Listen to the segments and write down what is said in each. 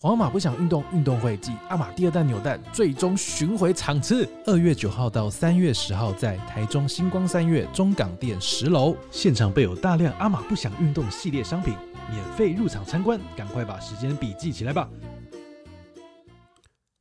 皇马不想运动运动会暨阿玛第二弹扭蛋最终巡回场次，二月九号到三月十号在台中星光三月中港店十楼，现场备有大量阿玛不想运动系列商品，免费入场参观，赶快把时间笔记起来吧。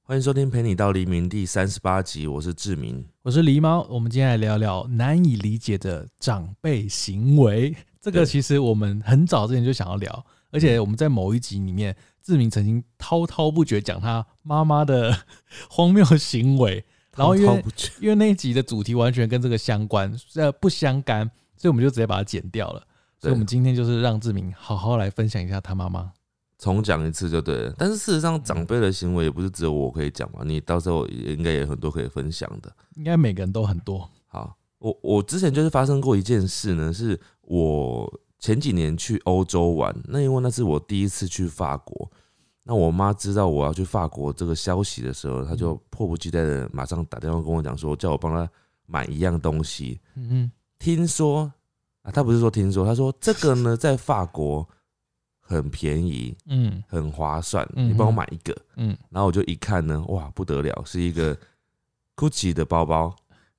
欢迎收听《陪你到黎明》第三十八集，我是志明。我是狸猫，我们今天来聊聊难以理解的长辈行为。这个对其实我们很早之前就想要聊，而且我们在某一集里面，志明曾经滔滔不绝讲他妈妈的 荒谬行为，然后因滔滔为不绝因为那一集的主题完全跟这个相关，呃不相干，所以我们就直接把它剪掉了。所以对我们今天就是让志明好好来分享一下他妈妈。重讲一次就对了。但是事实上，长辈的行为也不是只有我可以讲嘛，你到时候也应该也有很多可以分享的。应该每个人都很多，好，我我之前就是发生过一件事呢，是我前几年去欧洲玩，那因为那是我第一次去法国，那我妈知道我要去法国这个消息的时候，她就迫不及待的马上打电话跟我讲说，叫我帮她买一样东西。嗯听说啊，她不是说听说，她说这个 呢在法国很便宜，嗯很划算，嗯哼你帮我买一个。嗯，然后我就一看呢，哇，不得了，是一个 GUCCI 的包包，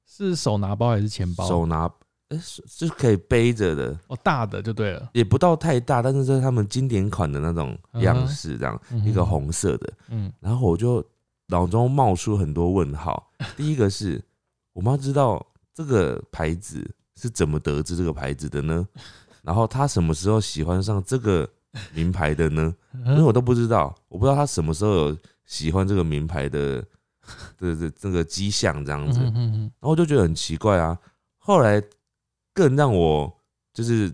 是手拿包还是钱包？手拿，哎、是是可以背着的，哦，大的就对了，也不到太大，但是这是他们经典款的那种样式，这样、嗯哼一个红色的。嗯。然后我就脑中冒出很多问号，第一个是我妈知道这个牌子是怎么得知这个牌子的呢？然后她什么时候喜欢上这个名牌的呢？因为我都不知道，我不知道他什么时候有喜欢这个名牌的的这这个迹象这样子，嗯嗯然嗯后我就觉得很奇怪啊。后来更让我就是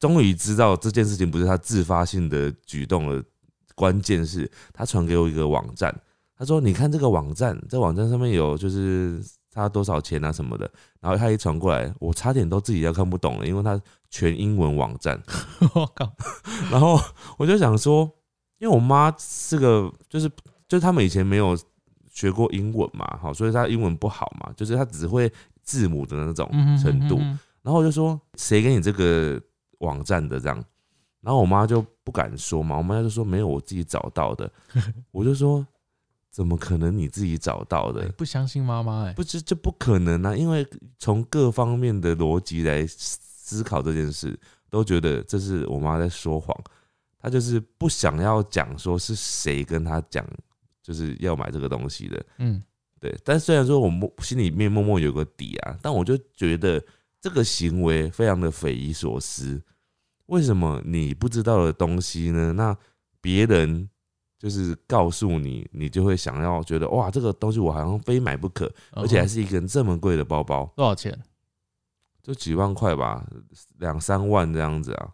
终于知道这件事情不是他自发性的举动了，关键是他传给我一个网站，他说你看这个网站，在网站上面有就是他多少钱啊什么的，然后他一传过来，我差点都自己要看不懂了，因为他全英文网站。嗯 我靠，然后我就想说，因为我妈是个就是就是他们以前没有学过英文嘛，好，所以她英文不好嘛，就是她只会字母的那种嗯程度。嗯然后我就说，谁给你这个网站的这样？然后我妈就不敢说嘛，我妈就说没有，我自己找到的。 我就说，怎么可能你自己找到嗯嗯的哎？不相信妈妈哎，不知这不可能啊！因为从各方面的逻辑来思思考这件事，都觉得这是我妈在说谎。她就是不想要讲说是谁跟她讲，就是要买这个东西的。嗯，对，但虽然说我默心里面默默有个底啊，但我就觉得这个行为非常的匪夷所思。为什么你不知道的东西呢？那别人就是告诉你，你就会想要觉得哇，这个东西我好像非买不可。而且还嗯是一个这么贵的包包，多少钱？就几万块吧，两三万这样子啊。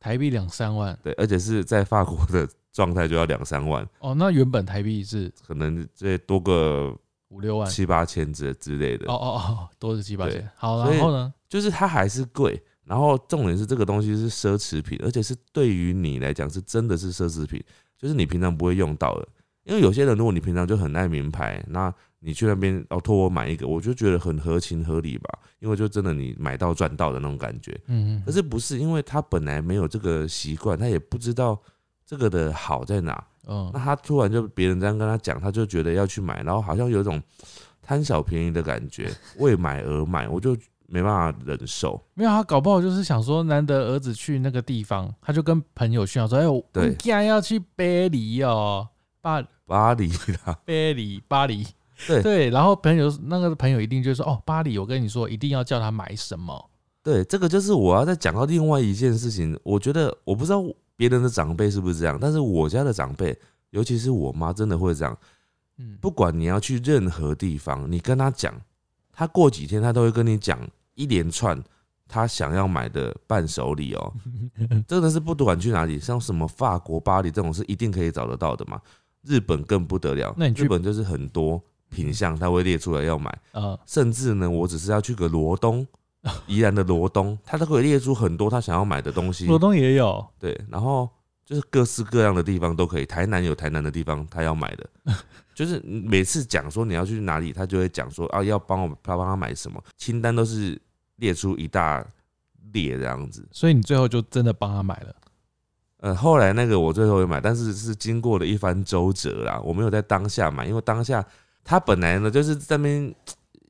台币两三万对，而且是在法国的状态就要两三万，哦，那原本台币是可能最多个五六万，七八千之之类的哦。哦哦，多是七八千对。好，所以然后呢？就是它还是贵，然后重点是这个东西是奢侈品，而且是对于你来讲是真的是奢侈品，就是你平常不会用到的。因为有些人，如果你平常就很爱名牌，那你去那边哦托我买一个，我就觉得很合情合理吧，因为就真的你买到赚到的那种感觉。嗯，可是不是因为他本来没有这个习惯，他也不知道这个的好在哪，嗯那他突然就别人这样跟他讲，他就觉得要去买，然后好像有一种贪小便宜的感觉，为买而买，我就没办法忍受。没有，他搞不好就是想说，难得儿子去那个地方，他就跟朋友炫耀说：“哎，我对竟然要去巴黎哦，巴巴黎啦，巴黎，巴黎。”对对，然后朋友那个朋友一定就会说：“哦，巴黎，我跟你说，一定要叫他买什么。 对，这个就是我要再讲到另外一件事情。我觉得我不知道别人的长辈是不是这样，但是我家的长辈，尤其是我妈，真的会这样。”嗯，不管你要去任何地方，你跟他讲，他过几天他都会跟你讲一连串他想要买的伴手礼 哦、真的是不管去哪里，像什么法国巴黎这种是一定可以找得到的嘛。日本更不得了，那你去日本就是很多品相他会列出来要买，呃，甚至呢，我只是要去个罗东，宜兰的罗东，他都可以列出很多他想要买的东西。 罗东也有，对，然后就是各式各样的地方都可以。台南有台南的地方，他要买的，就是每次讲说你要去哪里，他就会讲说啊，要帮我他帮他买什么，清单都是列出一大列这样子。所以你最后就真的帮他买了。呃，后来那个我最后也买，但是是经过了一番周折啦，我没有在当下买，因为当下他本来呢就是在那边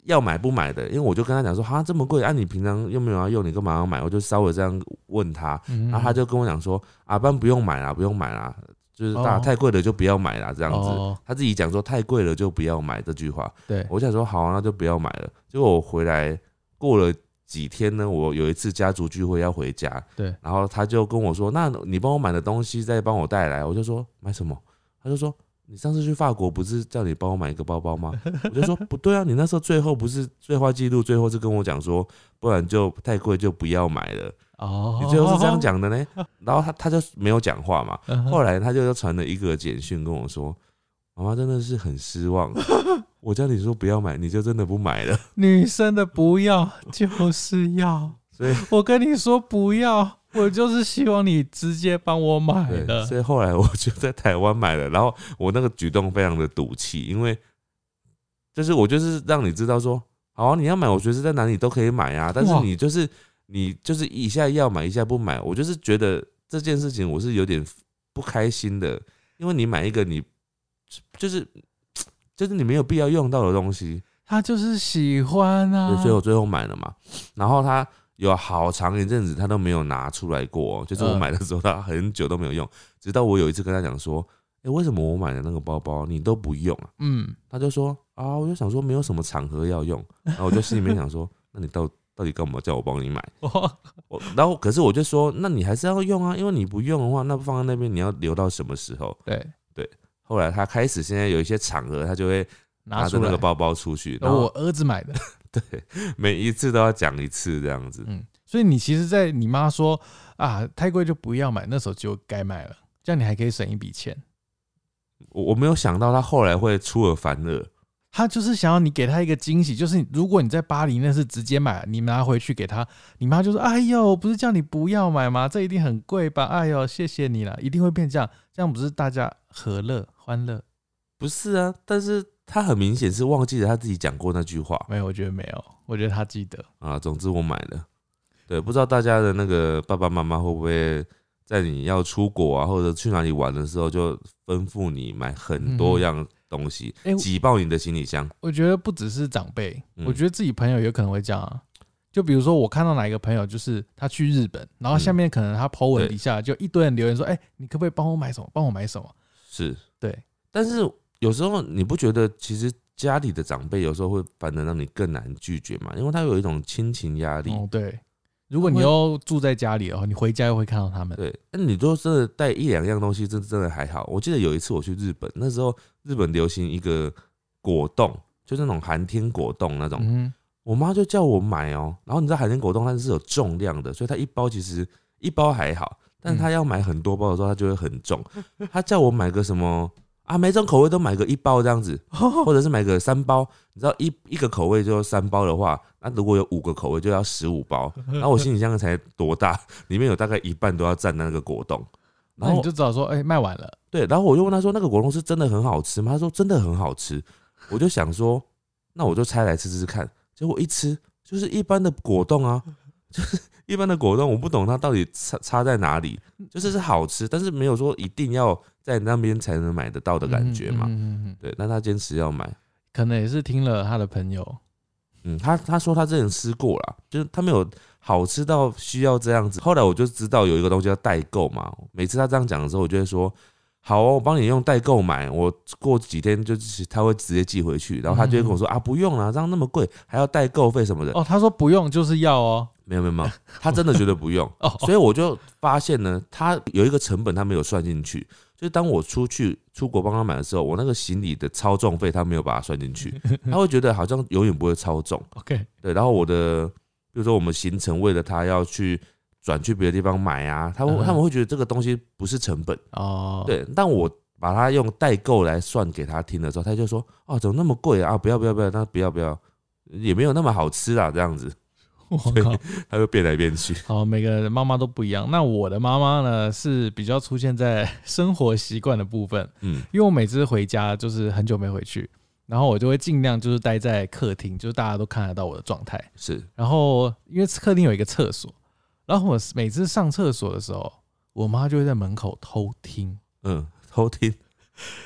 要买不买的，因为我就跟他讲说，哈这么贵，啊你平常又没有要用，你干嘛要买？我就稍微这样问他，嗯然后他就跟我讲说，啊，不然不用买啦，不用买啦，就是大哦太贵了就不要买啦，这样子。哦他自己讲说太贵了就不要买这句话，对，我想说好、啊，那就不要买了。结果我回来过了几天呢，我有一次家族聚会要回家，对，然后他就跟我说：“那你帮我买的东西再帮我带来。”我就说：“买什么？”他就说：“你上次去法国不是叫你帮我买一个包包吗？”我就说：“不对啊，你那时候最后不是对话记录最后是跟我讲说，不然就太贵就不要买了。哦，你最后是这样讲 的呢？”然后他他就没有讲话嘛，嗯哼， 后来他就又传了一个简讯跟我说：“妈妈真的是很 失望，我叫你说不要买，你就真的不买了。女生的不要就是要，”所以，我跟你说不要，我就是希望你直接帮我买对，了。所以后来我就在台湾买了。然后我那个举动非常的赌气，因为就是我就是让你知道说，好、啊，你要买，我随时在哪里都可以买啊。但是哇你就是你就是一下要买，一下不买，我就是觉得这件事情我是有点不开心的，因为你买一个你就是。就是你没有必要用到的东西，他就是喜欢啊，对，所以我最后买了嘛。然后他有好长一阵子他都没有拿出来过哦、就是我嗯买的时候他很久都没有用，直到我有一次跟他讲说，诶，为什么我买的那个包包你都不用啊？ 嗯，他就说啊，我就想说没有什么场合要用，然后我就心里面想说，那你到到底干嘛叫我帮你买？哇，我然后可是我就说，那你还是要用啊，因为你不用的话，那放在那边你要留到什么时候？对，后来他开始现在有一些场合，他就会拿着出那来个，包包出去，然呃我后儿子买的，每一次都要讲一次这样子。嗯，所以你其实，在你妈说啊太贵就不要买，那时候就该买了，这样你还可以省一笔钱。我我没有想到他后来会出尔反尔，他就是想要你给他一个惊喜，就是你如果你在巴黎那是直接买，你拿回去给他，你妈就说：“哎呦，不是叫你不要买吗？这一定很贵吧？哎呦，谢谢你了，一定会变这样，这样不是大家和乐欢乐？不是啊？但是他很明显是忘记了他自己讲过那句话没有，我觉得没有，我觉得他记得。啊。总之我买了，对，不知道大家的那个爸爸妈妈会不会在你要出国啊或者去哪里玩的时候，就吩咐你买很嗯多样东西，哎、我挤爆你的行李箱。我觉得不只是长辈，嗯我觉得自己朋友有可能会这样啊。就比如说，我看到哪一个朋友，就是他去日本，然后下面可能他 Po 文对底下就一堆人留言说：“哎、你可不可以帮我买什么？帮我买什么是，？”对，但是有时候你不觉得其实家里的长辈有时候会反而让你更难拒绝嘛？因为他有一种亲情压力。哦对。如果你会又住在家里的话，你回家又会看到他们。对，那你都真的带一两样东西，真真的还好。我记得有一次我去日本，那时候日本流行一个果冻，就是那种寒天果冻那种，嗯我妈就叫我买哦、然后你知道寒天果冻它是有重量的，所以它一包其实一包还好，嗯但是她要买很多包的时候，它就会很重。她叫我买个什么啊，每种口味都买个一包这 样子，哼，或者是买个三包。你知道一一个口味就三包的话，那如果有五个口味就要十五 包。然后我行李箱才多大，里面有大概一半都要占那个果冻。然那你后就知道说，哎、卖完了，对，然后我就问他说：“那个果冻是真的很好吃吗？”他说：“真的很好吃。”我就想说，那我就拆来吃吃看。结果一吃就是一般的果冻啊，嗯就是 一般的果冻，我不懂它到底差差在哪里，嗯就是是好吃，但是没有说一定要在那边才能买得到的感觉嘛。嗯嗯嗯嗯嗯对，但他坚持要买。可能也是听了他的朋友，嗯，他他说他之前吃过啦，就是他没有好吃到需要这样子。后来我就知道有一个东西叫代购嘛，每次他这样讲的时候，我就会说，好哦，我帮你用代购买，我过几天就是他会直接寄回去，然后他就会跟我说、啊，不用啦，这样那么贵，还要代购费什么的。嗯哦，他说不用就是要哦，没有没有没有，他真的觉得不用，哦，所以我就发现呢，他有一个成本他没有算进去，就是当我出去出国帮他买的时候，我那个行李的超重费他没有把它算 进去，他会觉得好像永远不会超重。 OK，对，然后我的，比如说我们行程为了他要去转去别的地方买啊，他会、嗯哼他们会觉得这个东西不是成本，哦，，对，但我把它用代购来算给他听的时候，他就说哦，怎么那么贵啊？啊不要不要不要，那不要不要，也没有那么好吃啊，这样子， 我对靠，他就变来变去。好，每个人的妈妈都不一样。那我的妈妈呢，是比较出现在生活习惯的部分，嗯，因为我每次回家就是很久没回去，然后我就会尽量就是待在客厅，就是大家都看得到我的状态。是然后因为客厅有一个厕所，然后我每次上厕所的时候，我妈就会在门口偷听，嗯，偷听，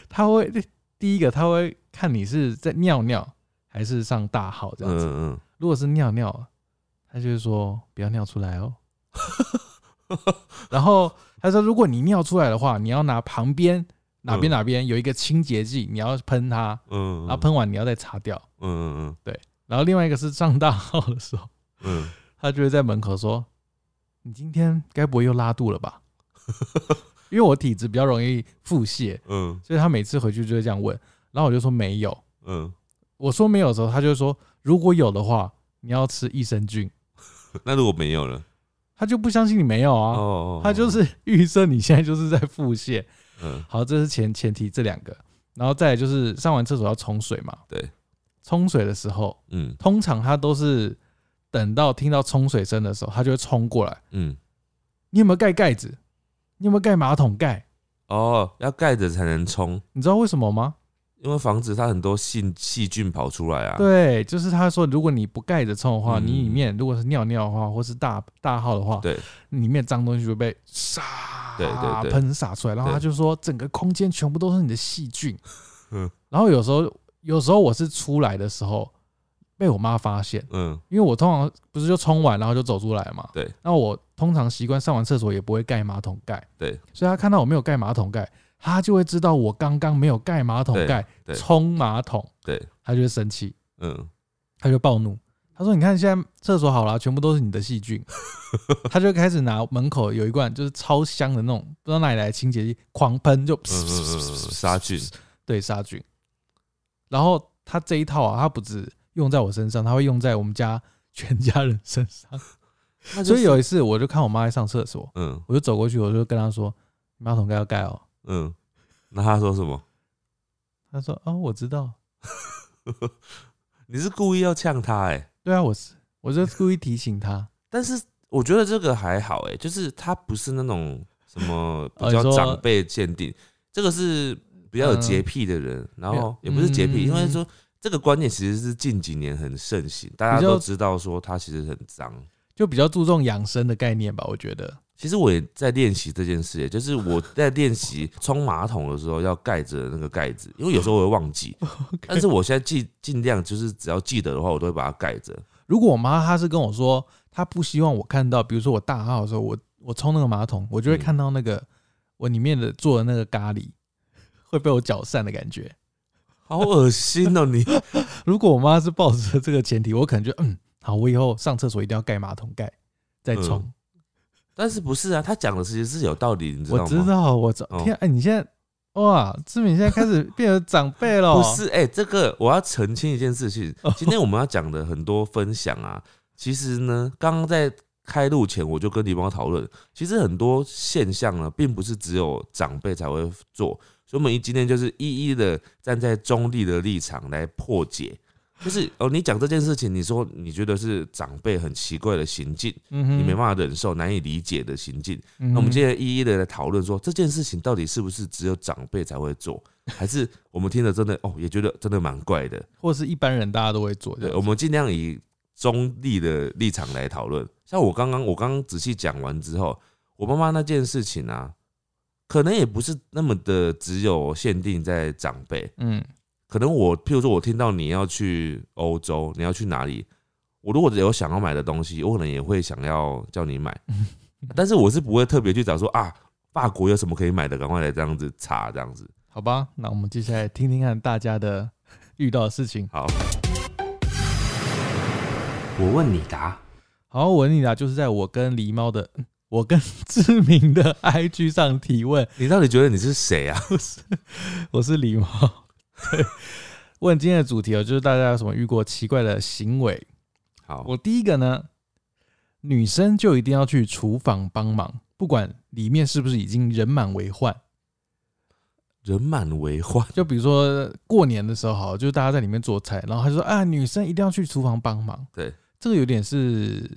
她会 第一个她会看你是在尿尿还是上大号这嗯样子。嗯如果是尿尿，她就会说不要尿出来 哦。然后她说，如果你尿出来的话，你要拿旁边哪边嗯哪边有一个清洁剂，你要喷它，嗯，嗯然后，喷完你要再擦掉。嗯嗯然后另外一个是上大号的时候，嗯嗯，他就会在门口说：“你今天该不会又拉肚了吧？”因为我体质比较容易腹泻，嗯所以他每次回去就会这样问。然后我就说没有，嗯我说没有的时候，他就说如果有的话，你要吃益生菌。嗯，那如果没有了，他就不相信你没有啊，哦，他就是预设你现在就是在腹泻。嗯好，这是前前提这两个，然后再来就是上完厕所要冲水嘛。对，冲水的时候，嗯通常他都是等到听到冲水声的时候，他就会冲过来。嗯，你有没有盖盖子？你有没有盖马桶盖？哦，要盖着才能冲，你知道为什么吗？因为防止它很多细细菌跑出来啊。，对，就是他说，如果你不盖着冲的话，嗯你里面如果是尿尿的话，或是大大号的话，对，里面脏东西就会被撒，对对对喷洒出来。然后对他就说，整个空间全部都是你的细菌。嗯然后有时候，有时候我是出来的时候被我妈发现，嗯因为我通常不是就冲完然后就走出来嘛。对。那我通常习惯上完厕所也不会盖马桶盖。对。所以他看到我没有盖马桶盖，他就会知道我刚刚没有盖马桶盖对对冲马桶，对，他就会生气，嗯，他就暴怒。他说：“你看现在厕所好了，全部都是你的细 菌。”他就开始拿门口有一罐就是超香的那种不知道哪里来的清洁剂，狂喷就嗯嗯嗯嗯杀菌对杀菌。然后他这一套啊，他不止用在我身上，他会用在我们家全家人身上。那就所以是有一次，我就看我妈在上厕所，嗯我就走过去，我就跟她说：“马桶盖要盖哦。嗯，那他说什么？”她说：“哦，我知道。你是故意要呛他哎、”对啊，我是，我就故意提醒她。但是我觉得这个还好哎、就是他不是那种什么哦比你较说长辈限定，这个是比较有洁癖的人，然后也不是洁癖，嗯因为说这个观念其实是近几年很盛行，大家比较都知道说它其实很脏。就比较注重养生的概念吧，我觉得。其实我也在练习这件事，欸就 是我在练习冲马桶的时候要盖着那个盖子，因为有时候我会 忘记。但是我现在尽尽量就是只要记得的话，我都会把它盖着。如果我妈她是跟我说，她不希望我看到，比如说我大号的时候，我我冲那个马桶，我就会嗯看到那个、我里面的做的那个咖喱 会被我搅散的感觉。好恶心哦、你！ 如果我妈是抱着这个前提，我可能就嗯，好，我以后上厕所一定要盖马桶盖再冲。嗯但是不是啊？他讲的其实是有道嗯理，你知道我吗？知道，我知哦天，哎、你现在哇，志敏现在开始变成长辈了，不？是，哎、这个我要澄清一件事情哦。今天我们要讲的很多分享啊，其实呢，刚刚在开录前我就跟李邦讨论，其实很多现象呢，并不是只有长辈才会做，所以我们今天就是一一的站在中立的立场来破解。就是哦，你讲这件事情，你说你觉得是长辈很奇怪的行径，嗯哼你没办法忍受、难以理解的行径，嗯哼那我们今天一一的来讨论说，这件事情到底是不是只有长辈才会做，还是我们听了真的哦，也觉得真的蛮怪的。或是一般人大家都会做这对，样，我们尽量以中立的立场来讨论。像我刚刚我刚刚仔细讲完之后，我妈妈那件事情啊，可能也不是那么的只有限定在长辈，嗯，可能我譬如说我听到你要去欧洲，你要去哪里，我如果有想要买的东西，我可能也会想要叫 你买，但是我是不会特别去找说啊，法国有什么可以买的，赶快来这样子查这样子。好吧，那我们接下来听听看大家的遇到的事情。好，我问你答。好，我问你答就是在我跟狸猫的， 嗯我跟志明的 IG 上提问， 你到底觉得你是谁啊？我是狸猫， 对，问今天的主题哦，就是大家有什么遇过奇怪的行为？好，我第一个呢，女生就一定要去厨房帮忙，不管里面是不是已经人满为患。人满为患，就比如说过年的时候，好，就是大家在里面做菜，然后他就说啊，女生一定要去厨房帮忙。对，这个有点是，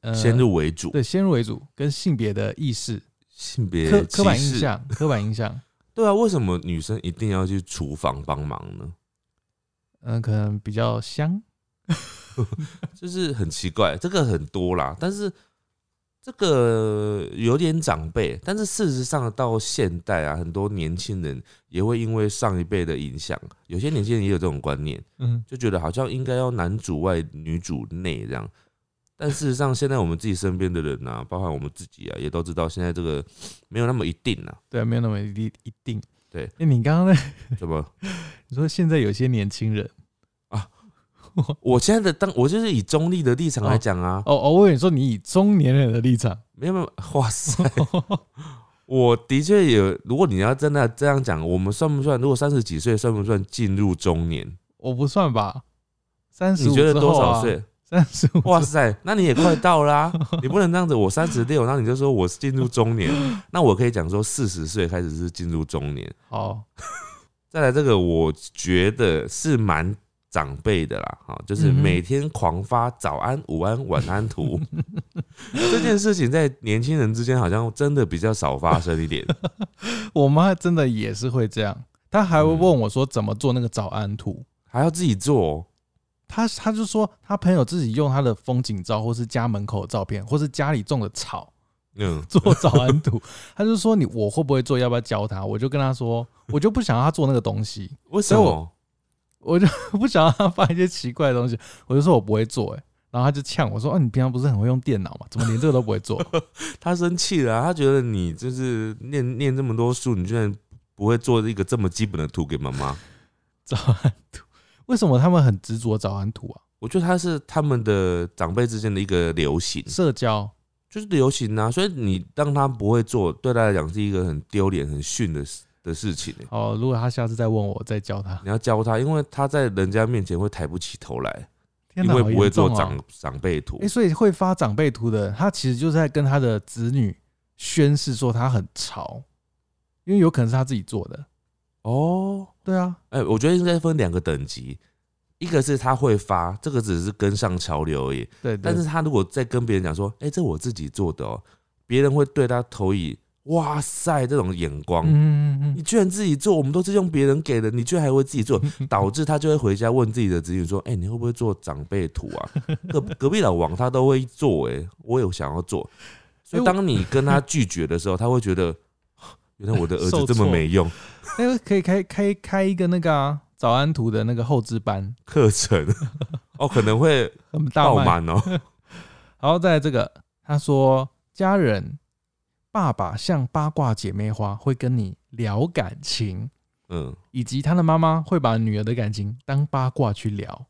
呃先入为主，对先入为主跟性别的意识、性别刻刻板歧视印。象、刻板印象。对啊，为什么女生一定要去厨房帮忙呢？嗯、可能比较 香。就是很奇怪，这个很多啦。但是这个有点长辈，但是事实上到现代啊，很多年轻人也会因为上一辈的影响，有些年轻人也有这种观念，嗯，就觉得好像应该要男主外女主内这样。但事实上，现在我们自己身边的人啊，包含我们自己啊，也都知道现在这个没有那么一定啊。对，没有那么一定一定。对诶，那你刚刚呢？怎么？你说现在有些年轻人啊，哦我现在的当我就是以中立的立场来讲啊，哦，我跟你说，你以中年人的立场，没有没有，哇塞，我的确有。如果你要真的这样讲，我们算不算？如果三十几岁算不算进入中年？ 我不算吧？三十你五啊觉得多少岁？？三十五， 哇塞，那你也快到 啦、你不能这样子，我三十六，那你就说我是进入中年，那我可以讲说四十岁开始是进入中年。好，再来这个，我觉得是蛮长辈的啦，哈，就是嗯哼每天狂发早安、午安、晚安 图，这件事情在年轻人之间好像真的比较少发生一点。我妈真的也是会这样，她还会嗯问我说怎么做那个早安图。还要自己做哦、她她就说她朋友自己用她的风景照，或是家门口的照片，或是家里种的草嗯， 做早安图。她就说你我会不会做，要不要教她？我就跟她说，我就不想要她做那个东西，为什么？我就不想让她发一些奇怪的东西，我就说我不会做、欸，然后她就呛我说：“哦、你平常不是很会用电脑吗？怎么连这个都不会做？” 他生气了啊、他觉得你就是念念这么多书，你居然不会做一个这么基本的图给妈妈。早安图，为什么他们很执着早安图啊？我觉得他是他们的长辈之间的一个流行，社交就是流行啊，所以你让他不会做，对他来讲是一个很丢脸、很逊的事的事情、欸。哦，如果他下次再问我，我再教他。你要教他，因为他在人家面前会抬不起头来，天因哪，为好不会严重做哦长、长辈图诶，。所以会发长辈图的，他其实就是在跟他的子女宣誓说他很潮，因为有可能是他自己做的。哦，对啊，哎、我觉得应该分两个等级，一个是他会发，这个只是跟上潮流而已，对对但是他如果再跟别人讲说，哎、这我自己做的哦、别人会对他投以哇塞这种眼光。嗯嗯你嗯居然自己做，我们都是用别人给的，你居然还会自己做，嗯， 导致他就会回家问自己的子女说：“哎、你会不会做长辈图 啊？隔隔壁老王他都会做、哎，我有想要做。”所以哎我当你跟他拒绝的时候，他会觉得，原来我的儿子受这么挫没用，那个可以开开开一个那个啊早安图的那个后置班，课程哦可能会很 大爆卖。满哦。然后在这个，他说家人爸爸像八卦姐妹花，会跟你聊感情。嗯，以及他的妈妈会把女儿的感情当八卦去聊。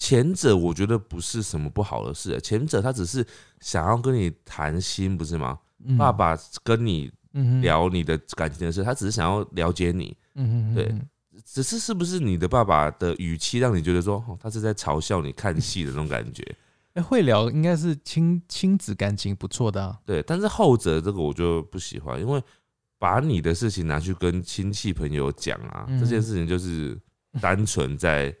前者我觉得不是什么不好的事、前者他只是想要跟你谈心，不是吗？嗯爸，爸跟你嗯哼，聊你的感情的事，他只是想要了解你，嗯哼，嗯哼，对嗯只是是不是你的爸爸的语气让你觉得说，哦、他是在嘲笑你看戏的那种感觉？哎，会聊应该是亲亲子感情不错的啊。对，但是后者这个我就不喜欢，因为把你的事情拿去跟亲戚朋友讲啊，嗯这件事情就是单纯在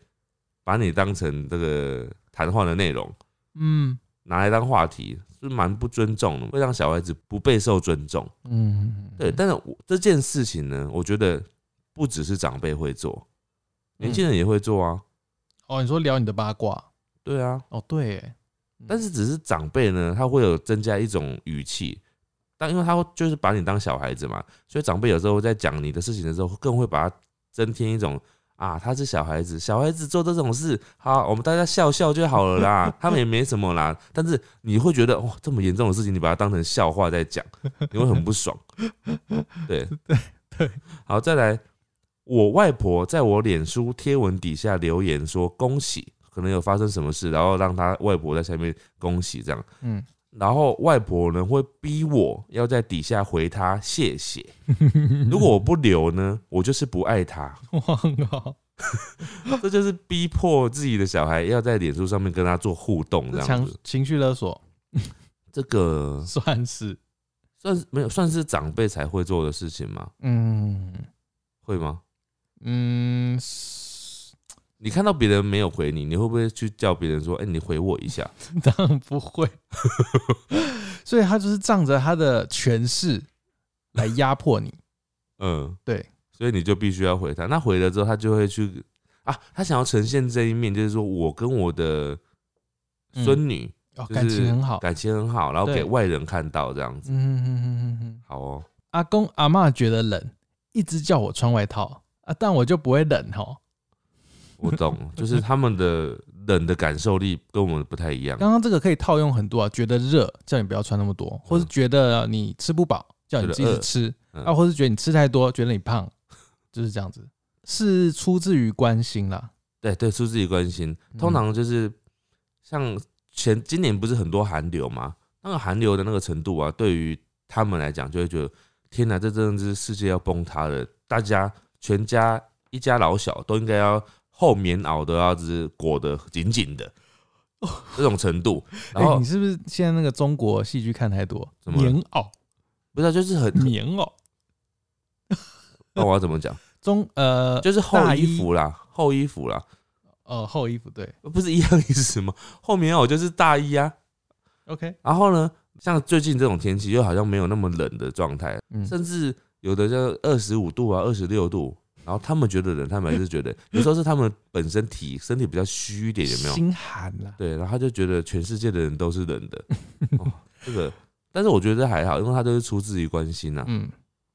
把你当成这个谈话的内容，嗯拿来当话题，是蛮不尊重的，会让小孩子不备受尊重。嗯，对，但是我这件事情呢，我觉得不只是长辈会做，年轻人也会做啊。哦，你说聊你的八卦，对啊，哦，对耶，嗯但是只是长辈呢，他会有增加一种语气，但因为他会就是把你当小孩子嘛，所以长辈有时候在讲你的事情的时候，更会把它增添一种啊，他是小孩子，小孩子做这种事，好，我们大家笑笑就好了 啦，他们也没什么啦。但是你会觉得哇，这么严重的事情，你把它当成笑话 在讲，你会很不爽。对对对，好，再来。我外婆在我脸书贴文底下留言说：“恭喜，可能有发生什么事，然后让她外婆在下面恭喜这样。” 嗯，然后外婆呢会逼我要在底下回她 谢谢。如果我不留呢，我就是不爱她。忘了，这就是逼迫自己的小孩要在脸书上面跟她做互动这这样强子。情绪勒索这个算是，算是没有算是长辈才会做的事情吗？嗯会吗？嗯，是你看到别人没有回你，你会不会去叫别人说：“哎、你回我一下当然嗯不会， 所以他就是仗着他的权势来压迫你。？”嗯，对，所以你就必须要回他。那回了之后，他就会去啊，他想要呈现这一面，就是说我跟我的嗯孙女哦，就是感情很好。感情很好，然后对给外人看到这样子。嗯哼哼哼哼哼，好哦，阿公阿嬷觉得冷，一直叫我穿外套啊，但我就不会冷哦。我 懂，就是他们的冷的感受力跟我们不太一样。刚刚这个可以套用很多啊，觉得热叫你不要穿那么多，或是嗯觉得你吃不饱叫你自己觉得去饿吃，嗯啊，或是觉得你吃太多觉得你胖，就是这样子，是出自于关心啦。对对，出自己关心。嗯通常就是像前今年不是很多寒流嘛，那个寒流的那个程度啊，对于他们来讲就会觉得天哪，这真的是世界要崩塌了，大家全家一家老小都应该要厚棉袄都要就是裹得紧紧的。这种程度，然 哎后你是不是现在那个中国戏剧看太多？怎么了棉袄，不知道就是很，棉袄，那我要怎么讲？中呃就是厚大衣衣服啦，厚衣服啦，呃厚衣服，对不是一样意思吗？ 厚棉袄就是大衣啊， ，OK，然后呢，像最近这种天气，又好像没有那么冷的状态，嗯，甚至有的就二十五度啊、二十六度，然后他们觉得冷，他们还是觉得有时候是他们本身体身体比较虚一点，有没有？心寒啦，对，然后他就觉得全世界的人都是冷的，哦、这个。但是我觉得还好，因为他都是出自于关心呐、啊。嗯，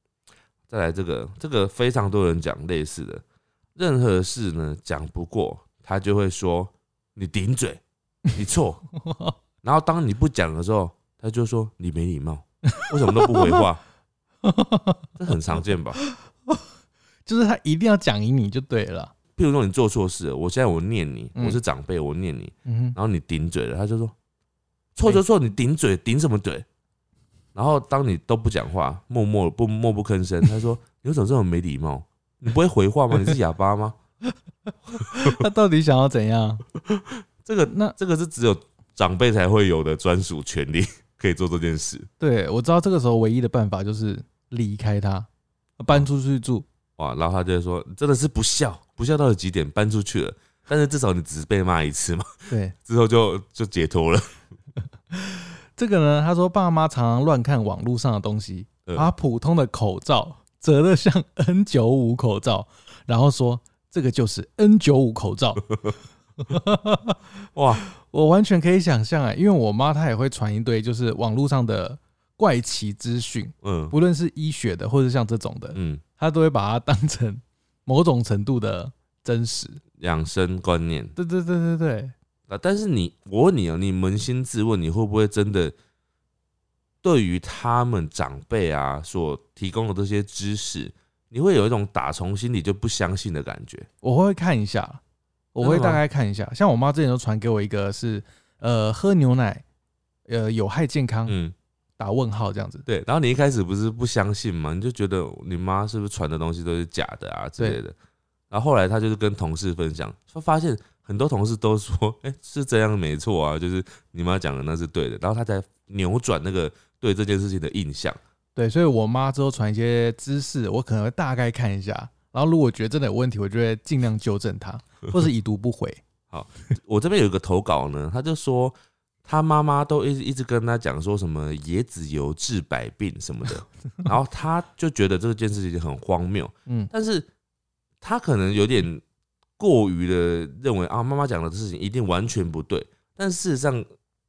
再来这个，这个非常多人讲类似的，任何事呢讲不过，他就会说你顶嘴，你错，然后当你不讲的时候，他就说你没礼貌，为什么都不回话？这很常见吧？就是他一定要讲赢你就对了，譬如说你做错事了，我现在我念你，嗯我是长辈，我念你，嗯哼，然后你顶嘴了，他就说错就错，你顶嘴顶什么嘴？然后当你都不讲话，默默不默不吭声，他说你为什么这么没礼貌？你不会回话吗？你是哑巴吗？他到底想要怎样？这个那这个是只有长辈才会有的专属权利， 可以做这件事。对，我知道这个时候唯一的办法就是离开他，搬出去住。哇，然后他就会说，真的是不孝，不孝到了极点，搬出去了。但是至少你只是被骂一次嘛， 对，之后就就解脱了。 这个呢，他说爸妈常常乱看网络上的东西，嗯把普通的口罩折得像 N 九五口罩，然后说这个就是 N 九五口罩。哇，我完全可以想象哎、因为我妈她也会传一堆就是网络上的怪奇资讯，嗯不论是医学的或者像这种的，嗯，她都会把它当成某种程度的真实。养生观念对对对对对，啊。但是你，我问你哦，你扪心自问，你会不会真的对于他们长辈啊所提供的这些知识，你会有一种打从心里就不相信的感觉？我会看一下，我会真的吗大概看一下。像我妈之前就传给我一个是，呃，喝牛奶，呃，有害健康，嗯，打问号这样子。对。然后你一开始不是不相信嘛，你就觉得你妈是不是传的东西都是假的啊之类的。然后后来他就是跟同事分享，他发现很多同事都说，哎、是这样没错啊，就是你妈讲的那是对的。然后他才扭转那个对这件事情的印象。对，所以我妈之后传一些知识，我可能会大概看一下，然后如果觉得真的有问题，我就会尽量纠正 她，或是已读不回。我这边有一个投稿呢，他就说他妈妈都一直一直跟他讲说什么椰子油治百病什么的，然后他就觉得这件事情很荒谬，嗯，但是他可能有点过于的认为啊，妈妈讲的事情一定完全不对。但事实上，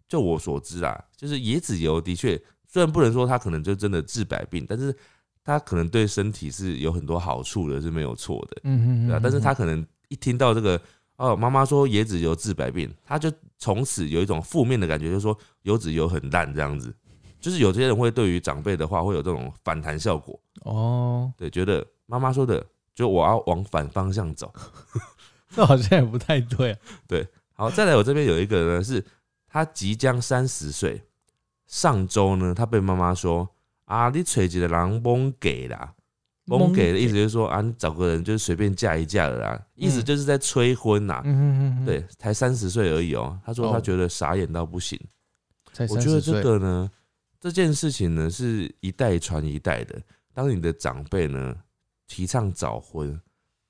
就我所知啊，就是椰子油的确，虽然不能说它可能就真的治百病，但是它可能对身体是有很多好处的，是没有错的。嗯嗯，对啊，但嗯是他可能一听到这个哦，妈妈说椰子油治百病，他就从此有一种负面的感觉，就是说油脂油很烂这样子。就是有些人会对于长辈的话会有这种反弹效果，哦，对，觉得妈妈说的，就我要往反方向走。这好像也不太对、啊。好，再来我这边有一个呢，是他即将三十岁，上周呢，他被妈妈说啊，你吹几个狼崩给啦，崩给的意思就是说啊，你找个人就是随便嫁一嫁了啦，意思嗯就是在催婚呐、嗯嗯嗯，对，，才三十岁而已哦、他说哦他觉得傻眼到不行。才我三觉得十岁，这个呢，这件事情呢是一代传一代的。当你的长辈呢提倡早婚，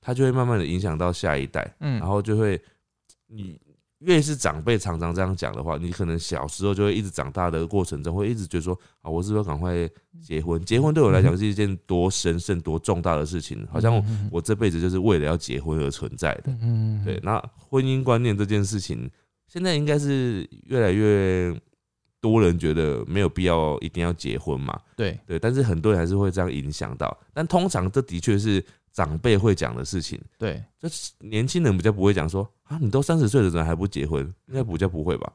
他就会慢慢的影响到下一代，嗯然后就会你越是长辈常常这样讲的话，你可能小时候就会一直长大的过程中，会一直觉得说啊，我是不是要赶快结婚？结婚对我来讲是一件多神圣、多重大的事情，好像嗯我这辈子就是为了要结婚而存在的。嗯嗯，嗯对，，那婚姻观念这件事情，现在应该是越来越多人觉得没有必要一定要结婚嘛，对，对，但是很多人还是会这样影响到。但通常这的确是长辈会讲的事情，对，就是年轻人比较不会讲说啊，你都三十岁的人还不结婚，应该比较不会吧？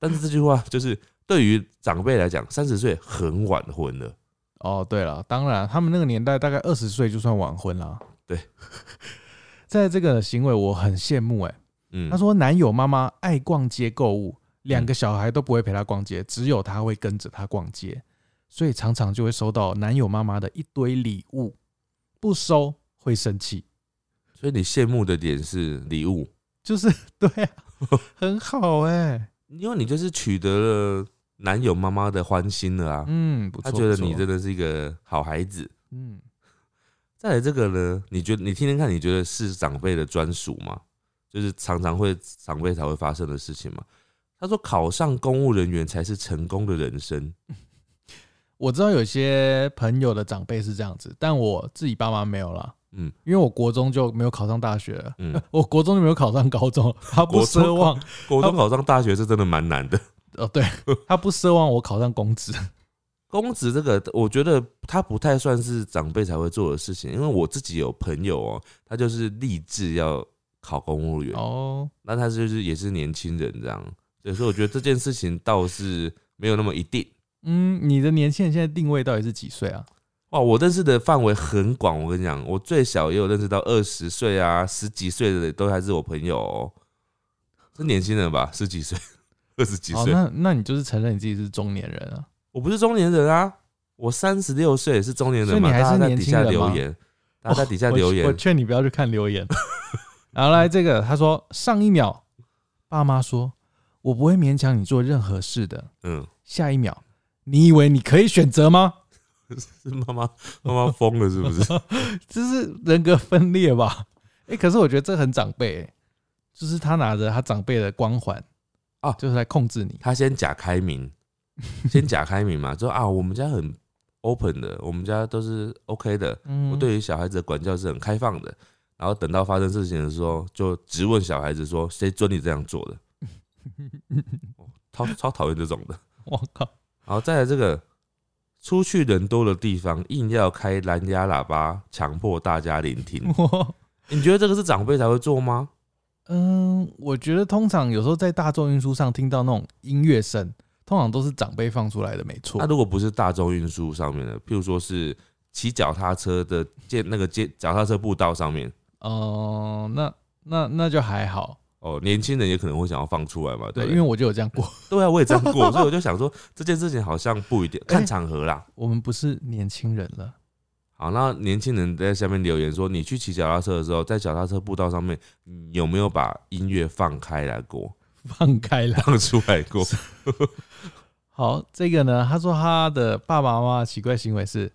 但是这句话就是对于长辈来讲，三十岁很晚婚了。哦，对了，当然，他们那个年代大概二十岁就算晚婚啦。对， 在这个行为我很羡慕哎、嗯，她说男友妈妈爱逛街购物，两个小孩都不会陪她逛街，只有她会跟着她逛街，所以常常就会收到男友妈妈的一堆礼物，不收会生气。所以你羡慕的点是礼物，就是 对 啊，很好哎、因为你就是取得了男友妈妈的欢心了啊。嗯，不他错，觉得不错你真的是一个好孩子。嗯，再来这个呢，你觉得你听听看，你觉得是长辈的专属吗？就是常常会长辈才会发生的事情吗？他说，考上公务人员才是成功的人生。我知道有些朋友的长辈是这样子，但我自己爸妈没有啦。嗯因为我国中就没有考上大学了， 嗯，我国中就没有考上高中，他不国中奢望，国中考上大学是真的蛮难的。哦， 对他不奢望我考上公职，公职这个，我觉得他不太算是长辈才会做的事情，因为我自己有朋友哦、他就是立志要考公务员，哦，那他就是也是年轻人这样，对所以我觉得这件事情倒是没有那么一定。嗯，你的年轻人现在定位到底是几岁啊？哇，我认识的范围很广，我跟你讲，我最小也有认识到二十岁啊、十几岁的都还是我朋友、哦，是年轻人吧？十几岁、二十几哦，岁，那那你就是承认你自己是中年人啊？我不是中年人啊，我三十六岁是中年所以人你嘛？还是大家在年底轻下人留吗哦言，大家在底下我留我言，劝你不要去看留言。 然后来这个，他说上一秒爸妈说我不会勉强你做任何事的，嗯，下一秒你以为你可以选择吗？是妈妈妈妈疯了 是不是？这是人格分裂吧？ 哎、可是我觉得这很长辈、欸，就是他拿着他长辈的光环啊就是来控制你。他先假开明，先假开明嘛，说啊，我们家很 open 的，我们家都是 OK 的，嗯我对于小孩子的管教是很开放的。然后等到发生事情的时候，就直问小孩子说：“谁准你这样做的？”哦超超讨厌这种的。我靠， 然后再来这个，出去人多的地方硬要开蓝牙喇叭，强迫大家聆 听。我你觉得这个是长辈才会做吗？嗯，我觉得通常有时候在大众运输上听到那种音乐声，通常都是长辈放出来的，没错那。如果不是大众运输上面的，譬如说是骑脚踏车的建那个街脚踏车步道上面，哦、那那那就还好，哦，年轻人也可能会想要放出来嘛，对，对不因为对我就有这样 过。对啊，我也这样 过，所以我就想说这件事情好像不一定看场合啦。我们不是年轻人了， 好，那年轻人在下面留言说，你去骑脚踏车的时候，在脚踏车步道上面，你有没有把音乐放开来过，放开了。放出来 过？好，这个呢，他说他的爸爸妈妈的奇怪行为是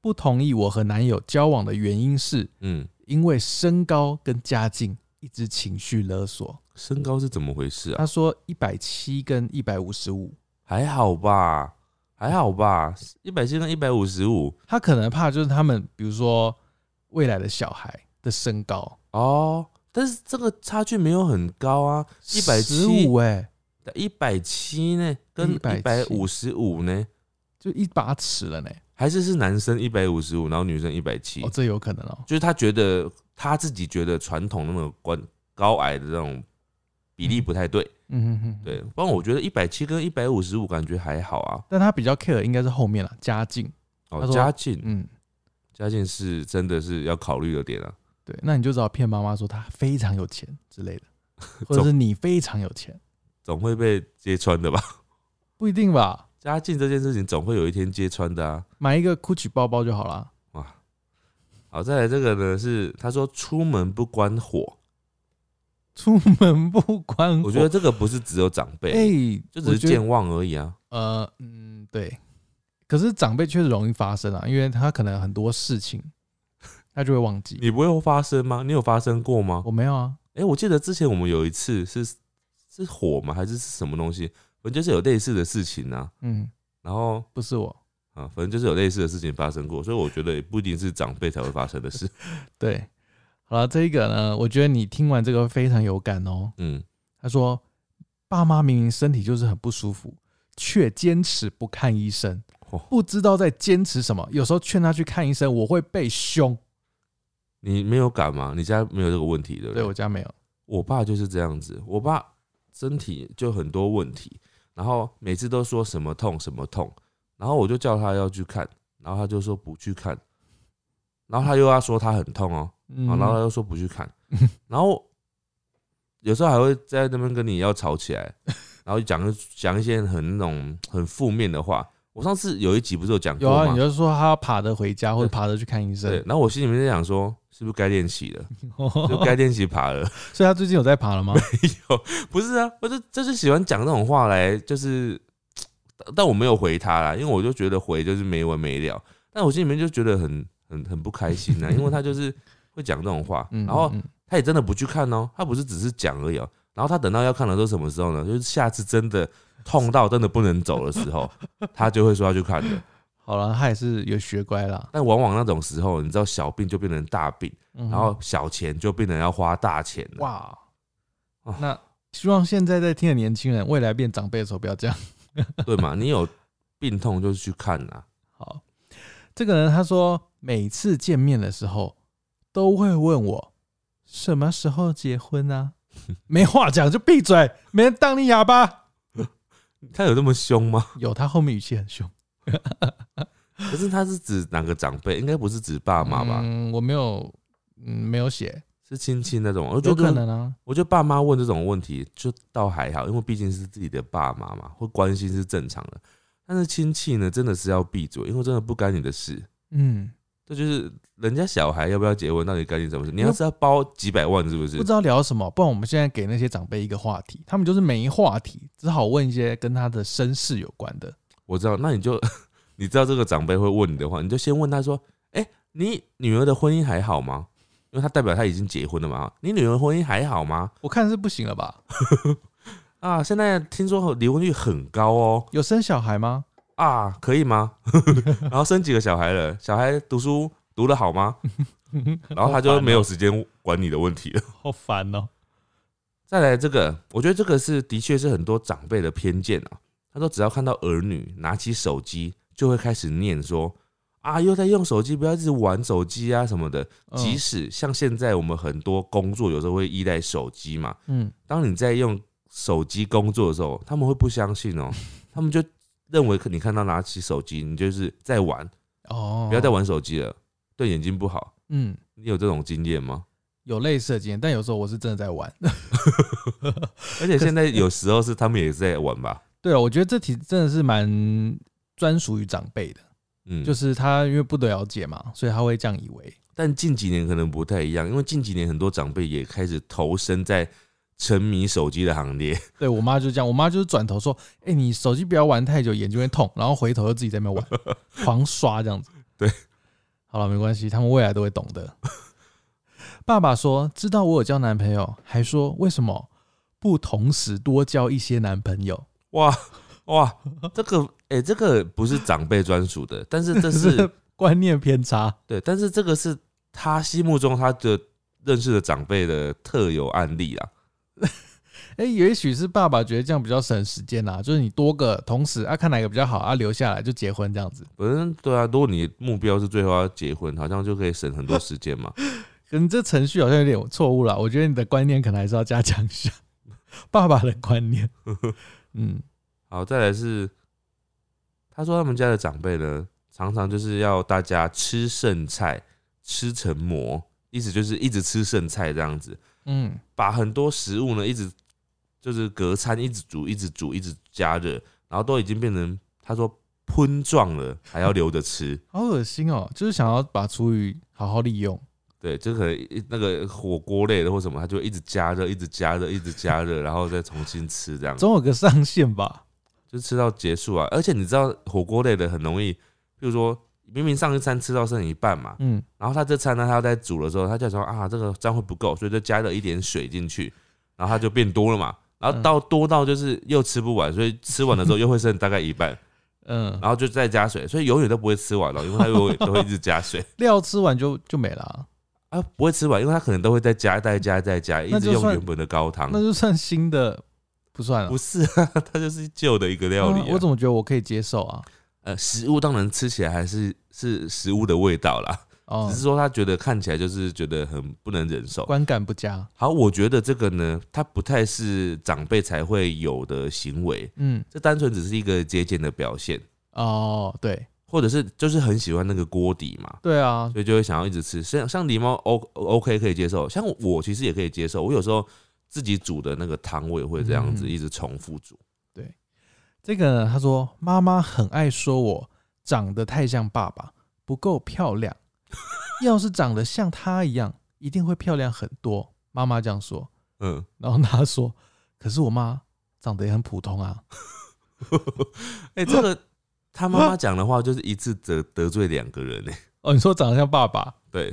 不同意我和男友交往的原因是嗯，因为身高跟家境一直情绪勒索。身高是怎么回事啊？他说一百七跟一百五十五，还好吧，还好吧，一百七跟一百五十五他可能怕就是他们，比如说未来的小孩的身高哦，但是这个差距没有很高啊，一百十七五，哎，一百七呢，跟一百五十五呢，就一把尺了呢。还是是男生一百五十五，然后女生一百七哦，，这有可能哦。就是他觉得他自己觉得传统那种关高矮的那种比例不太对，嗯哼哼，对，。不然我觉得一百七跟一百五十五感觉还好啊。但他比较 care 应该是后面了，家境。他哦，说家境，嗯，家境是真的是要考虑的点啊。对，那你就只好骗妈妈说他非常有钱之 类的，或者总是你非常有钱，总会被揭穿的吧？ 不一定吧？家境这件事情总会有一天揭穿的啊。买一个 GUCCI 包包就好啦。好，再来这个呢是他说出门不关火，出门不关火，我觉得这个不是只有长辈，哎、就我只是觉得健忘而已啊。呃，嗯，对。可是长辈确实容易发生啊，因为他可能很多事情，他就会忘记。你不会发生吗？你有发生过吗？我没有啊，哎、我记得之前我们有一次是是火吗？还是是什么东西？反正就是有类似的事情啊。嗯，然后不是我，啊，反正就是有类似的事情发生过，所以我觉得也不一定是长辈才会发生的事。 对。好了，这一个呢，我觉得你听完这个非常有感哦。嗯，他说：“爸妈明明身体就是很不舒服，却坚持不看医生哦，不知道在坚持什么。有时候劝他去看医生，我会被凶。你没有感吗？你家没有这个问题，对不对我家没有，我爸就是这样子，我爸身体就很多问题，然后每次都说什么痛什么痛，然后我就叫他要去看，然后他就说不去看，然后他又要说他很痛哦、嗯，然后他又说不去看，然后有时候还会在那边跟你要吵起来，然后讲讲一些很那种很负面的话。我上次有一集不是有讲有过啊，你吗？就说他要爬着回家或者对爬着去看医生 对，，然后我心里面在想说，是不是该练习了？就该练习爬了。 所以他最近有在爬了吗？不是啊，我就就是喜欢讲这种话来，就是，但我没有回他啦，因为我就觉得回就是没完没了。但我心里面就觉得很很很不开心啊，因为他就是会讲这种话，嗯，然后嗯他也真的不去看哦，他不是只是讲而已、哦。然后他等到要看的时候什么时候呢？就是下次真的痛到真的不能走的时候， 他就会说要去看的。好了，他也是有学乖啦。但往往那种时候，你知道小病就变成大病，然然后小钱就变成要花大钱了。嗯哇哦，那希望现在在听的年轻人，未来变长辈的时候不要这样。 对嘛？你有病痛就是去看啊。好，这个人他说每次见面的时候都会问我什么时候结婚 啊，没话讲就闭嘴，没人当你哑巴。他有这么凶吗？ 有他后面语气很凶，可是他是指哪个长辈？应该不是指爸啊妈吧？嗯，我没有，嗯，没有写，是亲戚那种。我觉有可得，能啊。我觉得爸妈问这种问题就倒还好，因为毕竟是自己的爸妈嘛，会关心是正常的。但是亲戚呢，真的是要闭嘴，因为真的不干你的事。嗯，这就是人家小孩要不要结婚，到底干你什么事？你要是要包几百万，是不不是知？道聊什么，不然我们现在给那些长辈一个话题，他们就是没话题，只好问一些跟他的身世有关的。我知道，那你就 你知道这个长辈会问你的话，你就先问他说：“哎、你女儿的婚姻还好吗？”因为他代表他已经结婚了嘛。你女儿婚姻还好吗？我看是不行了吧？啊，现在听说离婚率很高哦，有生小孩吗？啊，可以吗？ 然后生几个小孩了？小孩读书读得好吗？然后他就没有时间管你的问题了。 好烦哦、再来这个，我觉得这个是的确是很多长辈的偏见啊。他说只要看到儿女拿起手机，就会开始念说啊，又在用手机，不要一直玩手机啊什么的。嗯即使像现在我们很多工作有时候会依赖手机嘛，嗯，当你在用手机工作的时候，他们会不相 信哦、他们就认为你看到拿起手机，你就是在玩，哦，不要再玩手机了，对眼睛不好。嗯，你有这种经验吗？有类似的经验，但有时候我是真的在玩。 而且现在有时候是他们也是在玩吧，对啊了，我觉得这题真的是蛮专属于长辈的，嗯，。就是是他因为不了解嘛，所以他会这样以为。但近几年可能不太一样，因为近几年很多长辈也开始投身在沉迷手机的行列。对我妈就这样，我妈就是转头说：“哎、你手机不要玩太久，眼睛会痛。”然后回头又自己在那边玩，狂刷这样子。对， 好了，没关系，他们未来都会懂的。爸爸说：“知道我有交男朋友，还说为什么不同时多交一些男朋友？哇哇，这个哎、这个不是长辈专属的，但是这是观念偏差。对，但是这个是他心目中他的认识的长辈的特有案例啦。哎、也许是爸爸觉得这样比较省时间啦，就是你多个同时啊，看哪个比较好啊，留下来就结婚这样子，反正对啊，如果你目标是最后要结婚，好像就可以省很多时间嘛。可能这程序好像有点错误啦，我觉得你的观念可能还是要加强一下， 爸爸的观 念。嗯，好，再来是他说他们家的长辈呢，常常就是要大家吃剩菜，吃成魔，意思就是一直吃剩菜这样子，嗯，把很多食物呢一直就是隔餐一直煮，一直煮，一直加热，然后都已经变成他说喷状了，还要留着吃。好恶心哦、就是想要把厨余好好利用。对，就可能一那个火锅类的或什么，它就一直加热，一直加热，一直加热，然后再重新吃，这样总有个上限吧？就吃到结束啊。而且你知道火锅类的很容易，譬如说明明上一餐吃到剩一半嘛，嗯，然后他这餐呢，他要在煮的时候，他就想说啊，这个这样会不够，所以就加了一点水进去，然后它就变多了嘛。然后嗯到多到就是又吃不完，所以吃完的时候又会剩大概一半，嗯，然后就再加水，所以永远都不会吃完了，因为它永远都会一直加水 料吃完就就没了啊、啊，不会吃完，因为它可能都会再加、再加、再加，一那直就用算原本的高汤。那就算新的不算了不。是啊，它就是旧的一个料理、啊嗯我怎么觉得我可以接受啊？呃，食物当然吃起来还是是食物的味道啦，哦只是，说他觉得看起来就是觉得很不能忍受。观感不佳。好，我觉得这个呢，它不太是长辈才会有的行为，嗯，这单纯只是一个节俭的表现，哦，对，或者是就是很喜欢那个锅底嘛，对啊，所以就会想要一直吃。像像狸猫 O OK 可以接受，像我其实也可以接受，我有时候自己煮的那个汤我也会这样子嗯一直重复煮。这个呢，他说妈妈很爱说我长得太像爸爸，不够漂亮。 要是长得像他一样，一定会漂亮很多。妈妈这样说，嗯，然后他说，可是我妈长得也很普通啊。哎、这个他妈妈讲的话就是一次得得罪两个人呢、哎哦，你说长得像爸爸？对，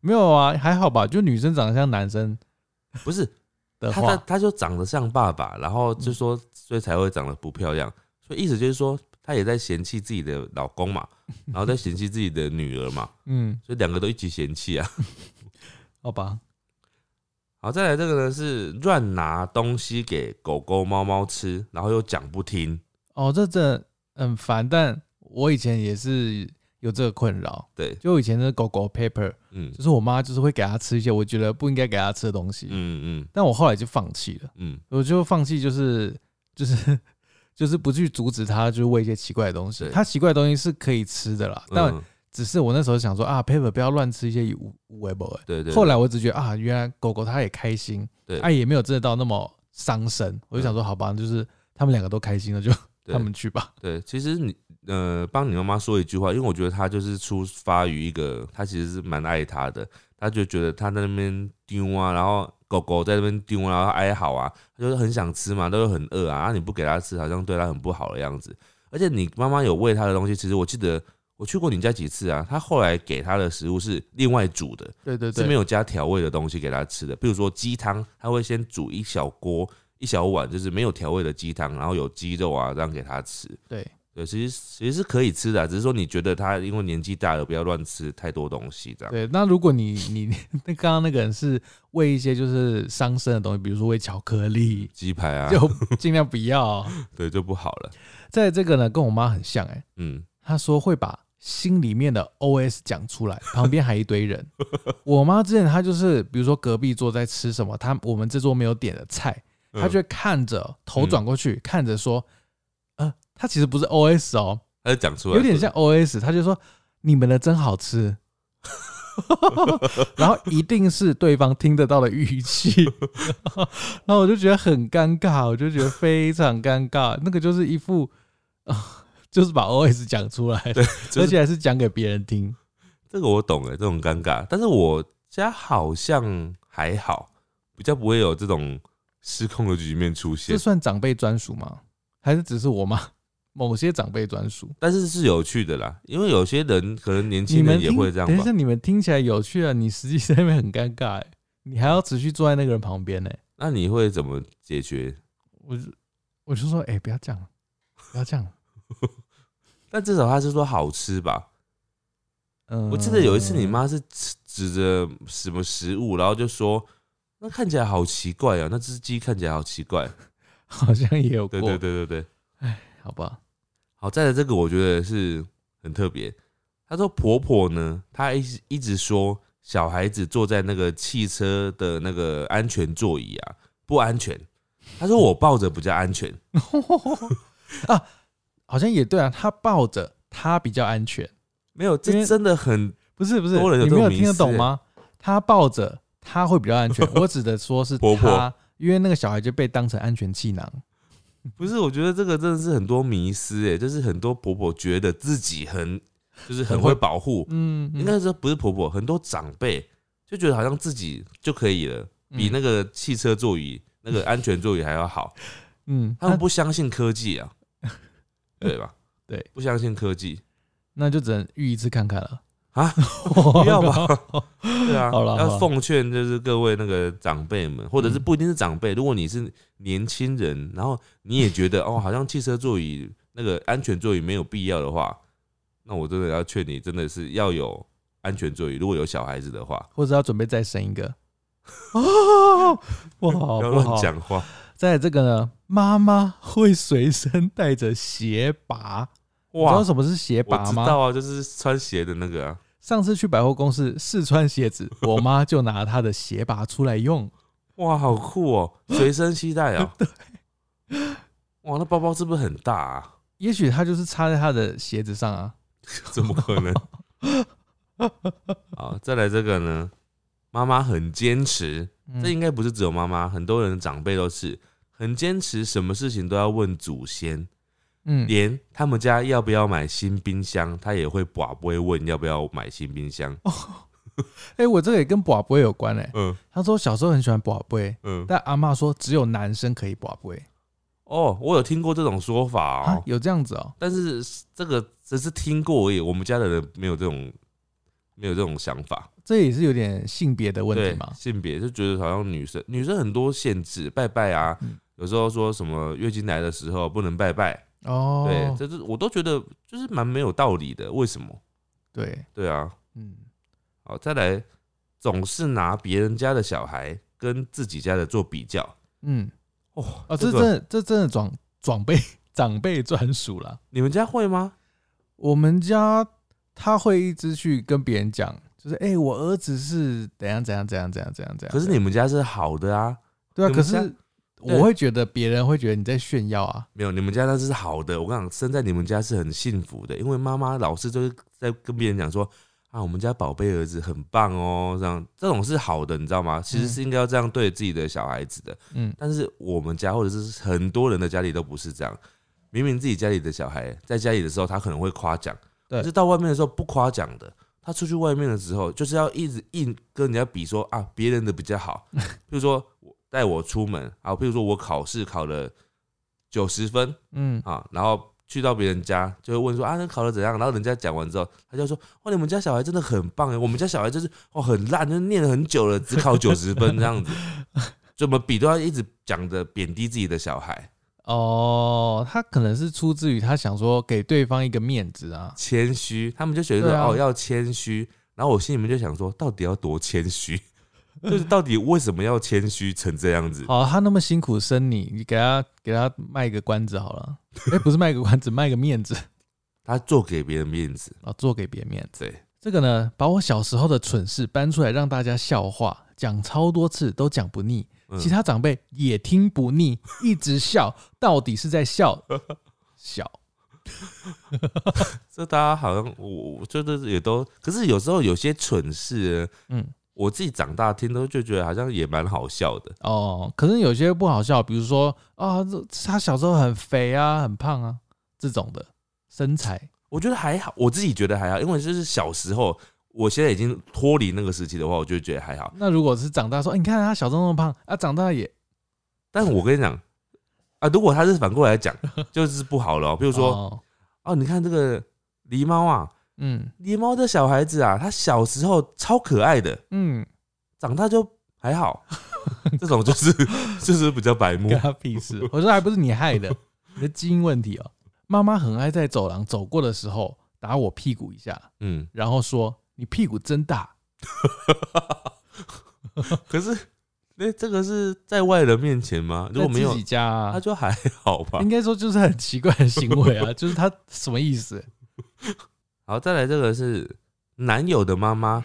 没有啊，还好吧。就女生长得像男生不是的他他话，他就长得像爸爸，然后就说，所以才会长得不漂亮。所以意思就是说，他也在嫌弃自己的老公 嘛，然后在嫌弃自己的女儿嘛，嗯，所以两个都一起嫌弃啊。好吧，好，再来这个呢是乱拿东西给狗狗、猫猫吃，然后又讲不听。哦，这这很烦。但我以前也是有这个困扰，对，就我以前的狗狗 paper，嗯就是我妈就是会给它吃一些我觉得不应该给它吃的东西，嗯嗯但我后来就放弃了，嗯，我就放弃就是就是 就是不去阻止它，就是喂一些奇怪的东西。对它奇怪的东西是可以吃的啦，但嗯只是我那时候想说啊，paper 不要乱吃一些无无为不为。对对，后来来我只觉得啊，原来狗狗它也开心，对啊也没有真的到那么伤身。我就想说，好吧，就是他们两个都开心了，就他们去吧。对，其实你呃，帮你妈妈说一句话，因为我觉得她就是出发于一个，她其实是蛮爱她的，她就觉得她在那边丢啊，然后狗狗在那边丢啊，然后哀嚎啊，她就是很想吃嘛，都是很饿啊，啊你不给她吃，好像对她很不好的样子。而且你妈妈有喂她的东西，其实我记得我去过你家几次啊，她后来给她的食物是另外煮的，对对是对，没有有加调味的东西给她吃的，比如说鸡汤，她会先煮一小锅。一小碗就是没有调味的鸡汤，然后有鸡肉啊，这样给她吃。对对，其实其实是可以吃的啊、只是说你觉得他因为年纪大了，不要乱吃太多东西这样。对。那如果你你 那刚刚那个人是喂一些就是伤身的东西，比如说喂巧克力，鸡排啊，就尽量不要。对就不好了。在这个呢，跟我妈很像哎、嗯，她说会把心里面的 OS 讲出来，旁边还一堆人。我妈之前她就是，比如说隔壁桌在吃什么，她我们这桌没有点的菜，嗯她就会看着头转过去，看着说，呃，她其实不是 OS 哦，他就讲出来，有点像 OS，她就说你们的真好 吃。 然后一定是对方听得到的语气， 然后我就觉得很尴尬，我就觉得非常尴尬。那个就是一副啊，就是把 OS 讲出来，就是而且还是讲给别人听。这个我懂哎，这种尴尬。但是我家好像还好，比较不会有这种失控的局面出这现。算长辈专属吗？还是只是我妈某些长辈专属？但是是有趣的啦，因为有些人可能年你轻们人也听，会这样等一吧下，。你们听起来有趣啊，你实际在那边很尴尬、欸，你还要持续坐在那个人旁边呢、那你会怎么解决？我就我就说，哎、不要这样，不要这样。但至少他是说好吃吧？ 嗯，我记得有一次你妈是指指着什么食物，然后就说：“那看起来好奇怪啊，那只鸡看起来好奇怪。 好像也有”过，对对对对对。好吧？好，再来这个我觉得是很特别。她说婆婆呢，她一直一直说小孩子坐在那个汽车的那个安全座椅啊不安全。她说我抱着比较安全。啊，好像也对啊，他抱着他比较安全，没有，因这为真的很不是不是，多人有你这没种有迷听得思懂欸吗？他抱着他会比较安 全，我指的说是婆婆她因为那个小孩就被当成安全气囊。不是，我觉得这个真的是很多迷思哎，就是很多婆婆觉得自己很就是很很会会保护，嗯，应该说不是婆婆，很多长辈就觉得好像自己就可以了，嗯比那个汽车座椅、那个安全座椅还要好。嗯，他们不相信科 技啊，对吧？对，不相信科技那那就只能遇一次看看了啊， 不 不要吧？ 对啊，好了好嗯要了奉劝就是各位那个长辈们，或者是不一定是长辈，如果你是年轻人，然后你也觉 得哦，好像汽车座椅那个安全座椅没有必要的话，那我真的要劝你，真的是要有安全座椅。如果有小孩子的话， 或者要准备再生一个。哦，不好不要不乱好，讲话。再来这个呢，妈妈会随身带着鞋拔，你知道哇，什么是鞋我拔知吗？道啊，就是穿鞋的那个啊，上次去百货公司试穿鞋 子，我妈就拿她的鞋拔出来用。哇，好酷哦，随身携带 啊，对，哇，那包包是不是很大啊？也许她就是插在她的鞋子上啊。 怎么可能？好，再来这个呢，妈妈很坚持，嗯这应该不是只有妈妈，很多人的长辈都是很坚持，什么事情都要问祖先，嗯，连他们家要不要买新冰箱，他也会寡不会问要不要买新冰箱。哎、我这个也跟卜龟有关哎、嗯她说小时候很喜欢卜龟，嗯，但阿嬷说只有男生可以卜龟、哦，我有听过这种说法啊哦，，有这样子哦、但是这个只是听过而已，我们家的人没有这种没有这种想法。这也是有点性别的问对题嘛。性别就觉得好像女生女生很多限制，拜拜啊，嗯有时候说什么月经来的时候不能拜拜，哦，对，这是我都觉得就是蛮没有道理的，为什么？对，对啊，嗯，好，再来总是拿别人家的小孩跟自己家的做比较，嗯，哦，哦，这这个真的这真的长长辈 长辈专属啦。你们家会吗？我们家他会一直去跟别人讲，就是哎、欸我儿子是怎样怎样怎样怎样怎样怎样。可是你们家是好的啊，对啊，你可们家是对我会觉得别人会觉得你在炫耀啊。没有，你们家那是好的。我跟你讲，生在你们家是很幸福的，因为妈妈老是就是在跟别人讲说啊，我们家宝贝儿子很棒哦，这样这种是好的，你知道吗？其实是应该要这样对自己的小孩子的。嗯，但是我们家或者是很多人的家里都不是这样，明明自己家里的小孩在家里的时候，他可能会夸奖，对可是到外面的时候不夸奖的。他出去外面的时候，就是要一直硬跟人家比说啊，别人的比较好。譬如说，我带我出门啊，譬如说我考试考了九十分，嗯，啊，然后去到别人家就会问说啊，那考的怎样？然后人家讲完之后，他就说哇，你们家小孩真的很棒哎，我们家小孩就是哦很烂，就是念了很久了，只考九十分这样子， 怎么比都要一直讲着贬低自己的小孩，哦，他可能是出自于他想说给对方一个面子啊。谦虚，他们就觉得说、对啊哦要谦虚，然后我心里面就想说，到底要多谦虚？ 就是到底为什么要谦虚成这样子？好，他那么辛苦生你，你给他给他卖个关子好了。 哎、不是卖个关子，卖个面子他做给别人面子，啊，做给别人面子。对，这个呢，把我小时候的蠢事搬出来让大家笑话，讲超多次都讲不腻，嗯其他长辈也听不腻，一直笑，到底是在 笑笑。这大家好像我我觉得也都，可是有时候有些蠢事呢，嗯，我自己长大听都就觉得好像也蛮好笑的。哦，可是有些不好笑，比如说啊，这他小时候很肥啊，很胖啊，这种的身材，我觉得还好，我自己觉得还好，因为就是小时候，我现在已经脱离那个时期的话，我就觉得还好。那如果是长大说，哎你看他小时候那么胖啊，长大也但我跟你讲啊，如果他是反过来讲，就是不好了哦、比如就说哦、哦，你看这个狸猫啊，嗯狸猫的小孩子啊，他小时候超可爱的， 嗯，长大就还好。 这种就是就是比较白目 跟，他屁事， 我说还不是你害的，你的基因问题哦。妈妈很爱在走廊走过的时候打我屁股一下，嗯。然后说：“你屁股真大。可是，那、这个是在外人面前吗？”如果没在有自己，家、嗯他啊，就还好吧应。该说就是很奇怪的行为啊， 就是他什么意思？好，再来这个是男友的妈妈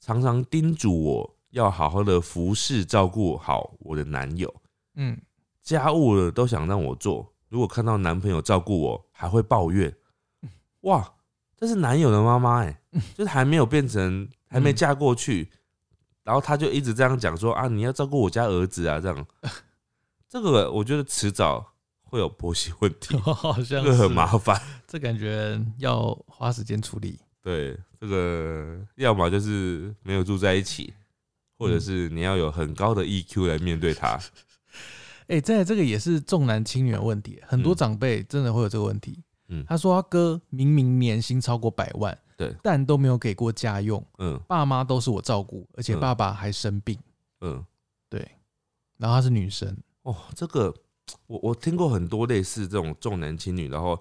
常常叮嘱我要好好的服侍照顾好我的男友，嗯，家务了都想让我做，如果看到男朋友照顾我，还会抱怨。哇，这是男友的妈妈哎，就是还没有变成，还没嫁过去，然后他就一直这样讲说啊，你要照顾我家儿子啊，这样，这个我觉得迟早会有婆媳问题， 好像哦这是个很麻烦。这感觉要花时间处理。对，这个要么就是没有住在一起，或者是你要有很高的 EQ 来面对它。哎、再来这个也是重男轻女的问题，很多嗯长辈真的会有这个问题。嗯他说他哥明明年薪超过百万，对但都没有给过家用，嗯爸妈都是我照顾，而且嗯爸爸还生病，嗯，然后她是女生，哦，这个我我听过很多类似这种重男轻女，然后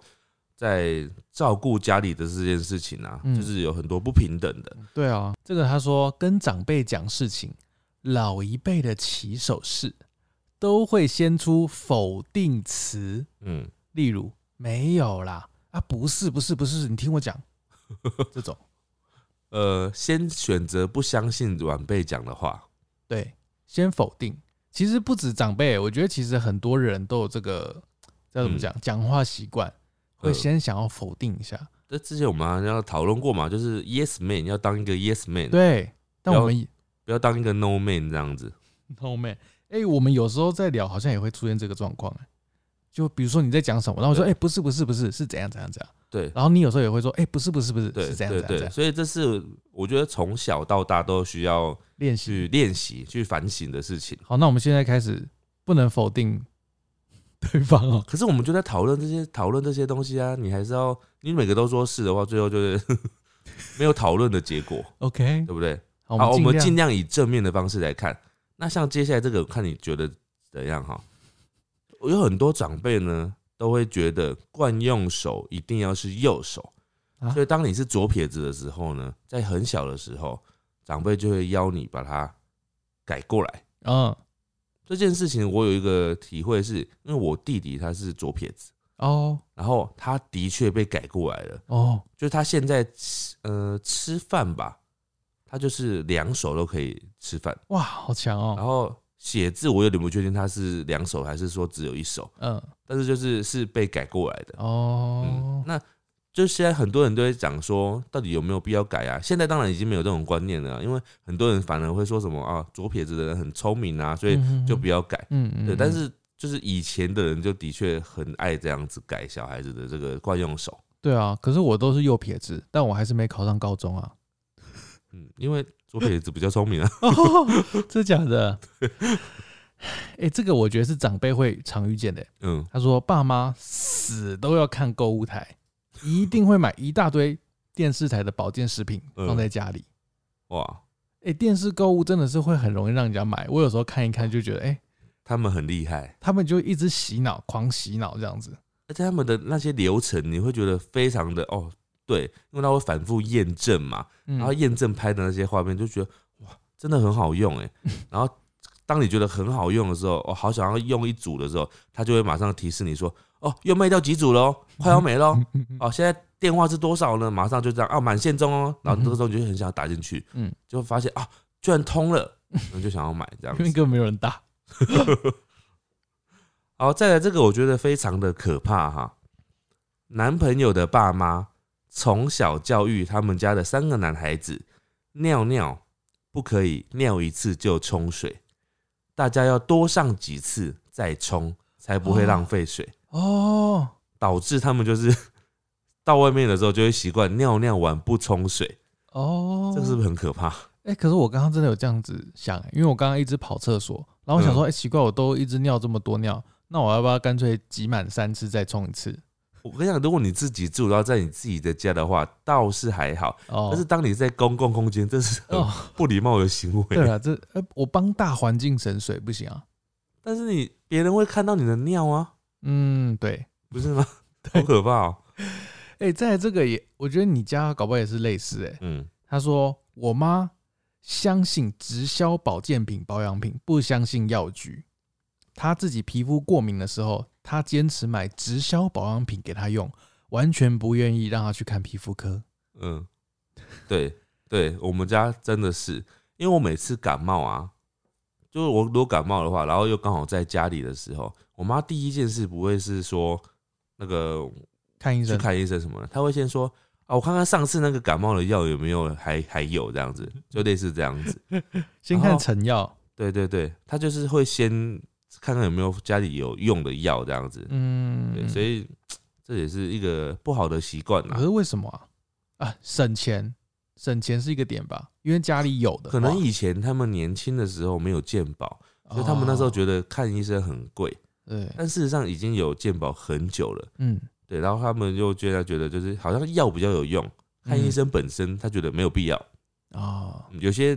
在照顾家里的这件事情啊，嗯就是有很多不平等的。对啊，这个他说跟长辈讲事情，老一辈的起手式，都会先出否定词，嗯，例如没有啦，啊不是不是不是，你听我 讲，这种呃，先选择不相信晚辈讲的话，对，先否定。其实不止长辈，我觉得其实很多人都有这个叫嗯怎么讲，讲、话习惯会呃先想要否定一下。这之前我们好像讨论过嘛，就是 yes man 要当一个 yes man，对，但了我们不要当一个 no man 这样子。后面，哎、我们有时候在聊，好像也会出现这个状况、哎就比如说你在讲什么，然后我说，哎、对不是不是不是，是怎样怎样怎样。对然后你有时候也会说，哎、不是不是不是，对是啊怎样对怎样怎对，样。所以这是我觉得从小到大都需要练习。去练习、去反省的事情。好，那我们现在开始，不能否定对方哦。可是我们就在讨论这些讨论这些东西啊，你还是要你每个都说是的话，最后就是 没有讨论的结 果， OK，对不对？好，好，哦我我们们尽尽量量以正面的方式来看。那像接下来这个，看你觉得怎样哈？有很多长辈呢，都会觉得惯用手一定要是右手，啊所以当你是左撇子的时候呢，在很小的时候，长辈就会邀你把它改过来。嗯这件事情我有一个体会是，因为我弟弟他是左撇子，哦然后他的确被改过来了，哦就是他现在吃呃吃饭吧，他就是两手都可以吃饭。哇，好强然哦。后写字我有点不确定他是两手还是说只有一手，嗯但是就是是被改过来的。嗯哦，，那就现在很多人都会讲说，到底有没有必要改啊？现在当然已经没有这种观念了啊，因为很多人反而会说什么啊，左撇子的人很聪明啊，所以嗯就不要改。嗯嗯对，嗯但是就是以前的人就的确很爱这样子改小孩子的这个惯用手，对啊，可是我都是右撇子，但我还是没考上高中 啊。 嗯，因为左撇子比较聪明啊。哦，真假 的？哎、这个我觉得是长辈会常遇见的。欸嗯，他说，爸妈死都要看购物台，一定会买一大堆电视台的保健食品嗯放在家里。哇，哎、电视购物真的是会很容易让人家买。我有时候看一看就觉得，哎、他们很厉害。他们就一直洗脑，狂洗脑这样子。而且他们的那些流程，你会觉得非常的哦，对，因为他会反复验证嘛，嗯然后验证拍的那些画面，就觉得哇，真的很好用哎。然后当你觉得很好用的时候，哦，好想要用一组的时候，他就会马上提示你说，哦，又卖掉几组喽，快要没喽，哦，现在电话是多少呢？马上就这样啊，满线中哦。然后这个时候你就很想要打进去，嗯嗯，就发现啊，居然通了，然后就想要买这样因为子。根本没有人打。好，再来这个，我觉得非常的可怕哈。男朋友的爸妈从小教育他们家的三个男孩子，尿尿不可以尿一次就冲水，大家要多上几次再冲，才不会浪费水，哦，导致他们就是 到外面的时候就会习惯尿尿完不冲水，哦，这个是不是很可怕？哎、可是我刚刚真的有这样子想、哎因为我刚刚一直跑厕所，然后我想说，哎、奇怪，我都一直尿这么多尿，那我要不要干脆挤满三次再冲一次？我跟你讲，如果你自己住，然后在你自己的家的话，倒是还好，哦，但是当你在公共空间，这是很哦，不礼貌的行为。对啊，这呃，我帮大环境省水不行啊。但是你别人会看到你的尿 啊，嗯，对，不是吗？对好可怕哦、哎、在这个也，我觉得你家搞不好也是类似、哎，嗯，他说我妈相信直销保健品、保养品，不相信药局。她自己皮肤过敏的时候，她坚持买直销保养品给她用，完全不愿意让她去看皮肤科。嗯，对对，我们家真的是，因为我每次感冒啊，就是我如果感冒的话，然后又刚好在家里的时候，我妈第一件事不会是说那个看医去生，看医生什么的，她会先说啊，我看看上次那个感冒的药有没有还还有这样 子，就类似这样子。先然看后成药，哦对对对，她就是会先看看有没有家里有用的药这样子，对，嗯，所以这也是一个不好的习惯可啦。是为什么啊？啊，省钱，省钱是一个点吧，因为家里有的话，可能以前他们年轻的时候没有健保，哦所以他们那时候觉得看医生很贵，得，对，但事实上已经有健保很久了。嗯，对，然后他们就觉得觉得就是好像药比较有用，看医生本身他觉得没有必要。啊，嗯有些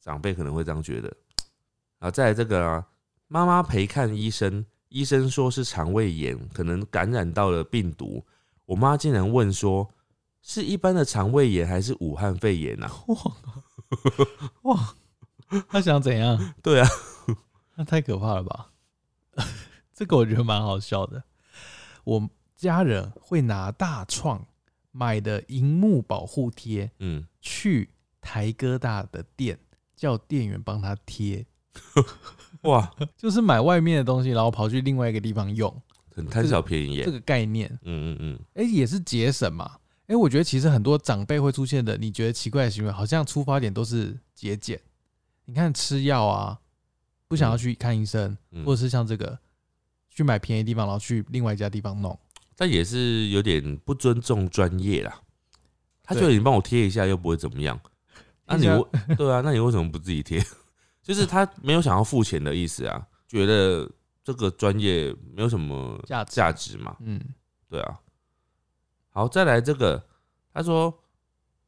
长辈可能会这样觉得。啊，再来这个啊，妈妈陪看医生，医生说是肠胃炎，可能感染到了病毒。我妈竟然问说，是一般的肠胃炎还是武汉肺炎啊？哇 哇，他想怎样？对啊， 那太可怕了吧？ 这个我觉得蛮好笑的。我家人会拿大创买的荧幕保护贴嗯，去台哥大的店，叫店员帮他贴，哇，就是买外面的东西，然后跑去另外一个地方用，很贪小便宜耶这。个概念。嗯嗯嗯，哎、也是节省嘛。哎、我觉得其实很多长辈会出现的，你觉得奇怪的行为，好像出发点都是节俭。你看吃药啊，不想要去看医生，嗯或者是像这个去买便宜地方，然后去另外一家地方弄。但也是有点不尊重专业啦。他对觉得你帮我贴一下又不会怎么样，那你贴一下为对啊，那你为什么不自己贴？ 就是他没有想要付钱的意思啊，觉得这个专业没有什么价值价值嘛，嗯，对啊。好，再来这个，他说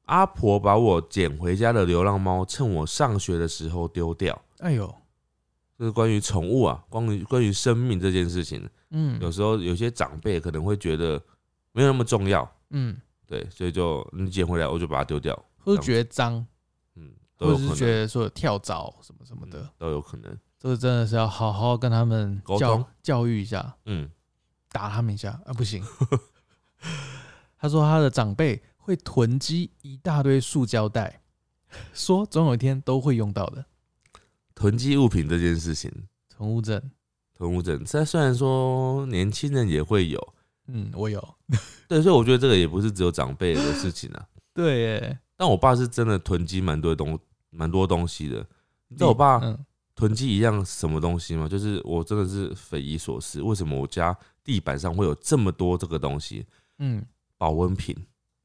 阿婆把我捡回家的流浪猫，趁我上学的时候丢掉。哎呦，这是关于宠物啊，关于关于生命这件事情，有嗯时候有些长辈可能会觉得没有那么重要，嗯，对，所以就你捡回来，我就把它丢掉，或是觉得脏，嗯，都或有者是可觉能，得说有跳蚤什么什么的，嗯都有可能，这个真的是要好好跟他们沟教通教育一下。嗯，打他们一下啊，不行。 他说他的长辈会囤积一大堆塑胶袋，说总有一天都会用到的。囤积物品这件事情，囤物症，囤物症，这虽然说年轻人也会有，嗯，我有。对，所以我觉得这个也不是只有长辈的事 情啊。对耶，但我爸是真的囤积蛮多东蛮多东西的，你知道我爸嗯，囤积一样什么东西吗？就是我真的是匪夷所思，为什么我家地板上会有这么多这个东西？嗯，保温瓶。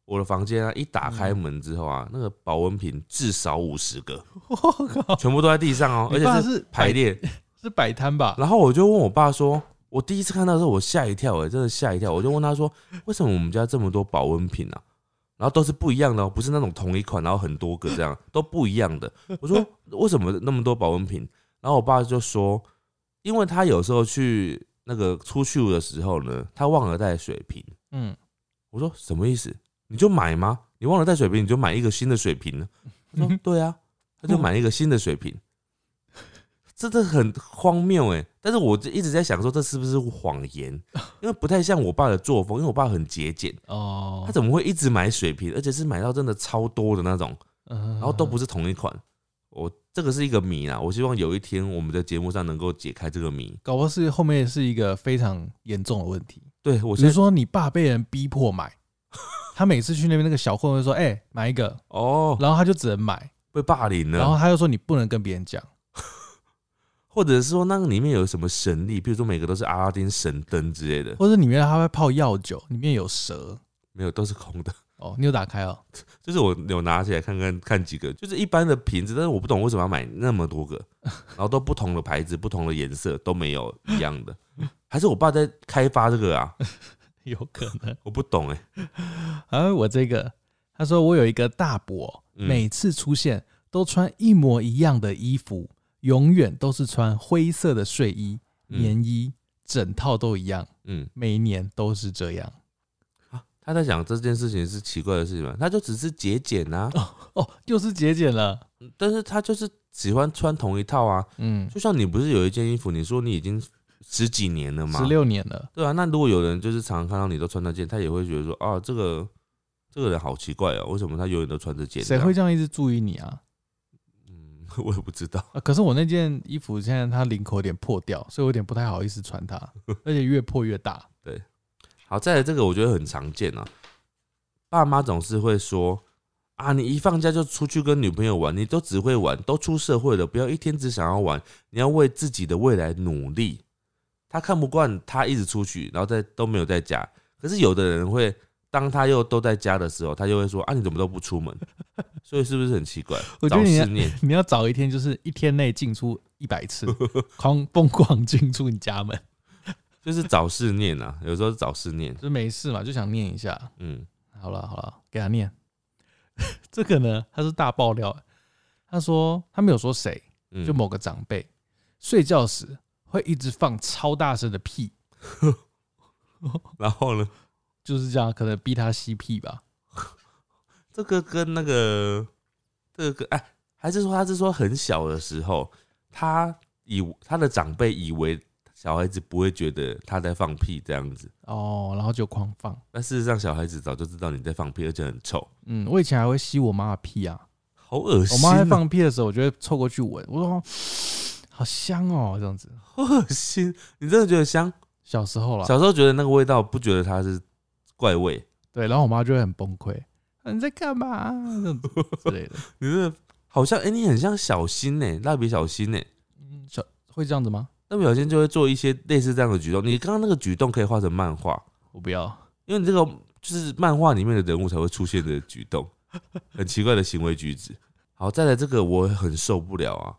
我的房间啊，一打开门之后啊，那个保温瓶至少五十个，嗯我靠，全部都在地上哦，而你爸且是是排摆列。是摆摊吧？然后我就问我爸说，我第一次看到的时候我吓一跳、欸，哎，真的吓一跳。我就问他说，为什么我们家这么多保温瓶啊？然后都是不一样的、哦，不是那种同一款，然后很多个这样， 都不一样的。我说为什么那么多保温瓶？然后我爸就说，因为他有时候去那个出去的时候呢，他忘了带水瓶。嗯，我说什么意思？你就买吗？你忘了带水瓶，你就买一个新的水瓶呢？他说对啊，他就买一个新的水瓶，真的很荒谬哎、但是我就一直在想说，这是不是谎言？因为不太像我爸的作风，因为我爸很节俭，哦他，怎么会一直买水瓶，而且是买到真的超多的那种，然然后都不是同一款。我这个是一个谜啊，我希望有一天我们的节目上能够解开这个谜。搞不好是后面是一个非常严重的问题。对我我先是说你爸被人逼迫买，他每次去那边那个小混混说：“哎、买一个。”哦，然后他就只能买，被霸凌了，然后他又说：“你不能跟别人讲。”或者是说那个里面有什么神力，比如说每个都是阿拉丁神灯之类的，或者里面它会泡药酒，里面有蛇。没有都是空的。 哦，你有打开哦？ 就是我有拿起来看看看几个，就是一般的瓶子，但是我不懂为什么要买那么 多个，然后都不同的牌子、不同的颜色都没有一样的，还是我爸在开发这个啊？有可能。我不懂哎、啊，我这个，他说我有一个大伯，嗯每次出现都穿一模一样的衣服，永远都是穿灰色的睡衣、嗯棉衣，整套都一样，嗯，每一年都是这样。啊，他在想这件事情是奇怪的事情吗？他就只是节俭啊，哦，又是节俭了。但是他就是喜欢穿同一套啊。嗯，就像你不是有一件衣服，你说你已经十几年了吗？十六年了。对啊，那如果有人就是常常看到你都穿那件，他也会觉得说啊，这个这个人好奇怪哦，为什么他永远都穿这件？谁会？这样一直注意你啊？嗯， 我也不知道。啊，可是我那件衣服现在它领口有点破掉，所以我有点不太好意思穿 它，而且越破越大。好，再来这个我觉得很常见啊，爸妈总是会说啊，你一放假就出去跟女朋友玩，你都只会玩，都出社会了，不要一天只想要玩，你要为自己的未来努力。他看不惯他一直出去，然后在都没有在家。可是有的人会，当他又都在家的时候，他就会说啊，你怎么都不出门？所以是不是很奇怪？我觉找得你事念。 你要找一天，就是一天内进出一百次， 狂疯狂进出你家门，就是找事念啊，有时候是找事念。就没事嘛，就想念一下。嗯，好了好了，给他念。 这个呢，他是大爆料，他说他没有说谁，嗯就某个长辈、睡觉时会一直放超大声的屁，然后呢，就是这样，可能逼他吸屁吧。这个跟那个这个跟哎，还是说他是说很小的时候，他以他的长辈以为小孩子不会觉得他在放屁这样子。哦，然后就狂放。但事实上，小孩子早就知道你在放屁，而且很臭，嗯，我以前还会吸我妈的屁 啊，好恶心、我啊！妈在放屁的时候，我就会凑过去闻，我说 好香哦，这样子。好恶心，你真的觉得香？小时候啦，小时候觉得那个味道，不觉得它是怪味，对，然后我妈就会很崩溃，啊你在干嘛这样子之类的。你真的好像哎、诶你很像小新呢、蜡笔小新呢、 欸嗯，小会这样子吗？蜡笔小新就会做一些类似这样的举动。你刚刚那个举动可以画成漫画，我不要。 因为你这个就是漫画里面的人物才会出现的举动， 很奇怪的行为举止。好，再来这个我很受不了啊！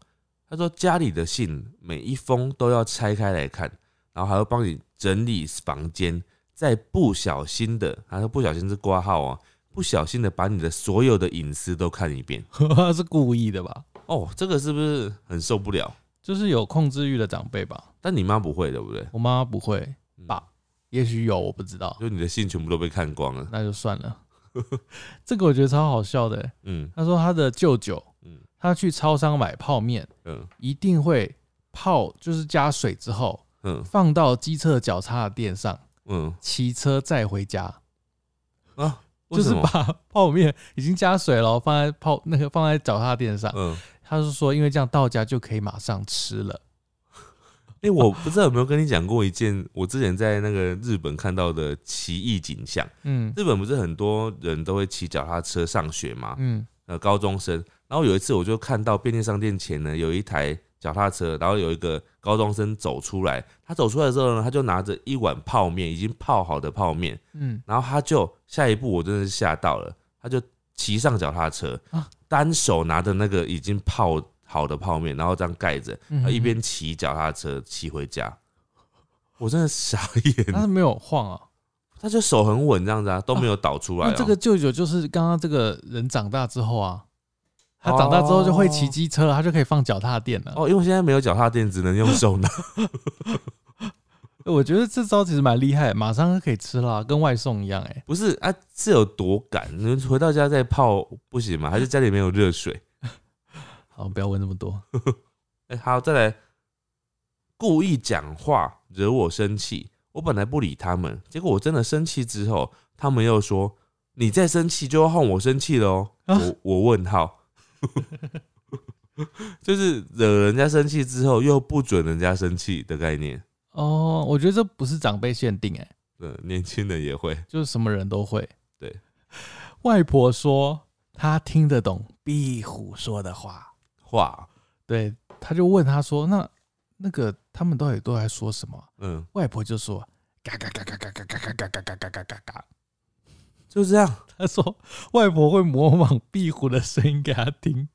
他说家里的信每一封都要拆开来看，然后还要帮你整理房间，再不小心的，他说不小心是挂号啊，不小心的把你的所有的隐私都看一遍。他是故意的吧？哦，这个是不是很受不了？就是有控制欲的长辈吧？但你妈不会，对不对？我妈不会，爸，也许有，我不知道，就你的信全部都被看光了。那就算了。 这个我觉得超好笑的欸、嗯他说他的舅舅，嗯他去超商买泡面，嗯一定会泡，就是加水之后嗯放到机车脚踏垫上，嗯骑车再回家，啊，为就什是么把泡面已经加水了，放在泡那个放在脚踏垫上。嗯。他是说，因为这样到家就可以马上吃了。哎、我不知道有没有跟你讲过一件我之前在那个日本看到的奇异景象。嗯日本不是很多人都会骑脚踏车上学吗？嗯呃，高中生。然后有一次我就看到便利商店前呢有一台脚踏车，然后有一个高中生走出来。他走出来之后呢，他就拿着一碗泡面，已经泡好的泡面，嗯，然后他就下一步我真的是吓到了，他就骑上脚踏车啊，单手拿着那个已经泡好的泡面，然后这样盖着。嗯他啊一边骑脚踏车骑回家，我真的傻他眼。是没有晃啊。他就手很稳这样子啊，都没有倒出来、那哦。这个舅舅就是刚刚这个人长大之后啊，他长大之后就会骑机车了，他就可以放脚踏垫了。哦，因为现在没有脚踏垫，只能用手拿。 我觉得这招其实蛮厉害，马上就可以吃啦，跟外送一样哎、不是啊，是有多赶？你们回到家再泡不行吗？还是家里没有热水？好，不要问那么多。哎、好，再来，故意讲话惹我生气。我本来不理他们，结果我真的生气之后，他们又说：“你再生气就要换我生气了哦。啊我我问号， 就是惹人家生气之后又不准人家生气的概念。哦，我觉得这不是长辈限定哎、嗯，年轻人也会，就是什么人都会。对，外婆说她听得懂壁虎说的话，哇，对，她就问她说：“那那个他们到底都在说什么嗯，？”外婆就说：“嘎嘎嘎嘎嘎嘎嘎嘎嘎嘎嘎嘎嘎嘎嘎。就这样。” 她说：“外婆会模仿壁虎的声音给她听，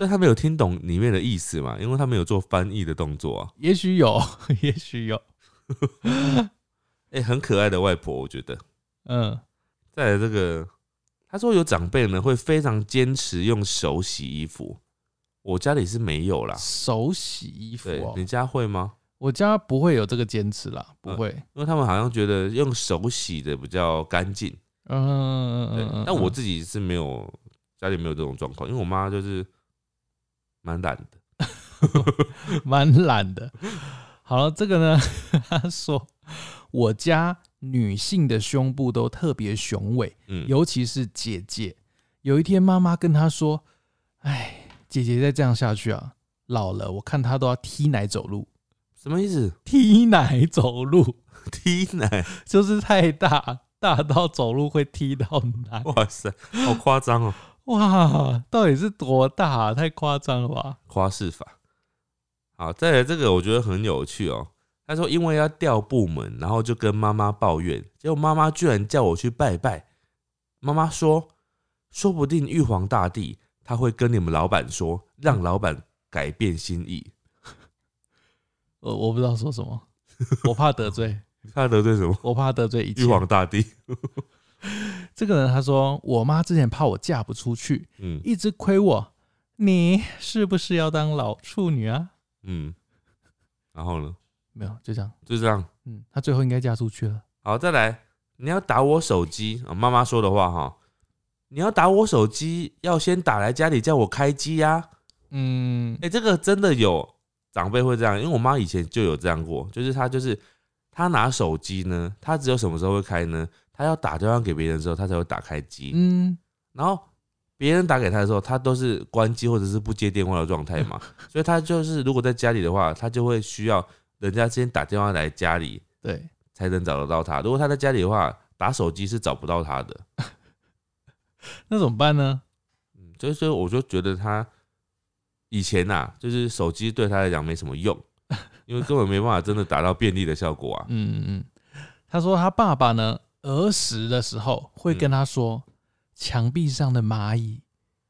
但他没有听懂里面的意思嘛，因为他没有做翻译的动作啊。 也许 有，也许有，哎、很可爱的外婆，我觉得。嗯，再来这个，他说有长辈呢会非常坚持用手洗衣服，我家里是没有啊啦。手洗衣服对哦你。家会吗？我家不会有这个坚持啦，不嗯会。因为他们好像觉得用手洗的比较干净。嗯嗯对嗯，嗯，但我自己是没有，家里没有这种状况，因为我妈就是蛮懒的。 蛮懒的。好了，这个呢， 他说我家女性的胸部都特别雄伟，嗯，尤其是姐姐。有一天，妈妈跟她说：“哎，姐姐再这样下去啊，老了，我看她都要踢奶走路。 什么意思？ 踢奶走路踢奶？就是太大，大到走路会踢到奶。哇塞，好夸张哦！哇，到底是多大啊、太夸张了吧？夸饰法。好，再来这个我觉得很有趣哦。他说因为要调部门，然后就跟妈妈抱怨，结果妈妈居然叫我去拜拜。妈妈说，说不定玉皇大帝他会跟你们老板说，让老板改变心意。我我不知道说什么，我怕得罪，他得罪什么？我怕得罪一切。玉皇大帝。这个人他说，我妈之前怕我嫁不出去，嗯一直亏我，你是不是要当老处女啊？嗯，然后呢？没有，就这样。就这样。嗯，她最后应该嫁出去了。好，再来，你要打我手机啊，妈妈说的话哈。你要打我手机，要先打来家里叫我开机呀、嗯欸哎、，这个真的有长辈会这样，因为我妈以前就有这样过，就是她就是她拿手机呢，她只有什么时候会开呢？她要打电话给别人的时候，她才会打开机，嗯，然后别人打给她的时候，她都是关机或者是不接电话的状态嘛，所以她就是如果在家里的话，她就会需要人家先打电话来家里对，才能找得到她。如果她在家里的话，打手机是找不到她的，那怎么办呢？嗯，所以所以我就觉得她以前呐、啊就是手机对她来讲没什么用。 因为根本没办法真的达到便利的效果啊！嗯嗯，他说他爸爸呢，儿时的时候会跟他说，墙壁上的蚂蚁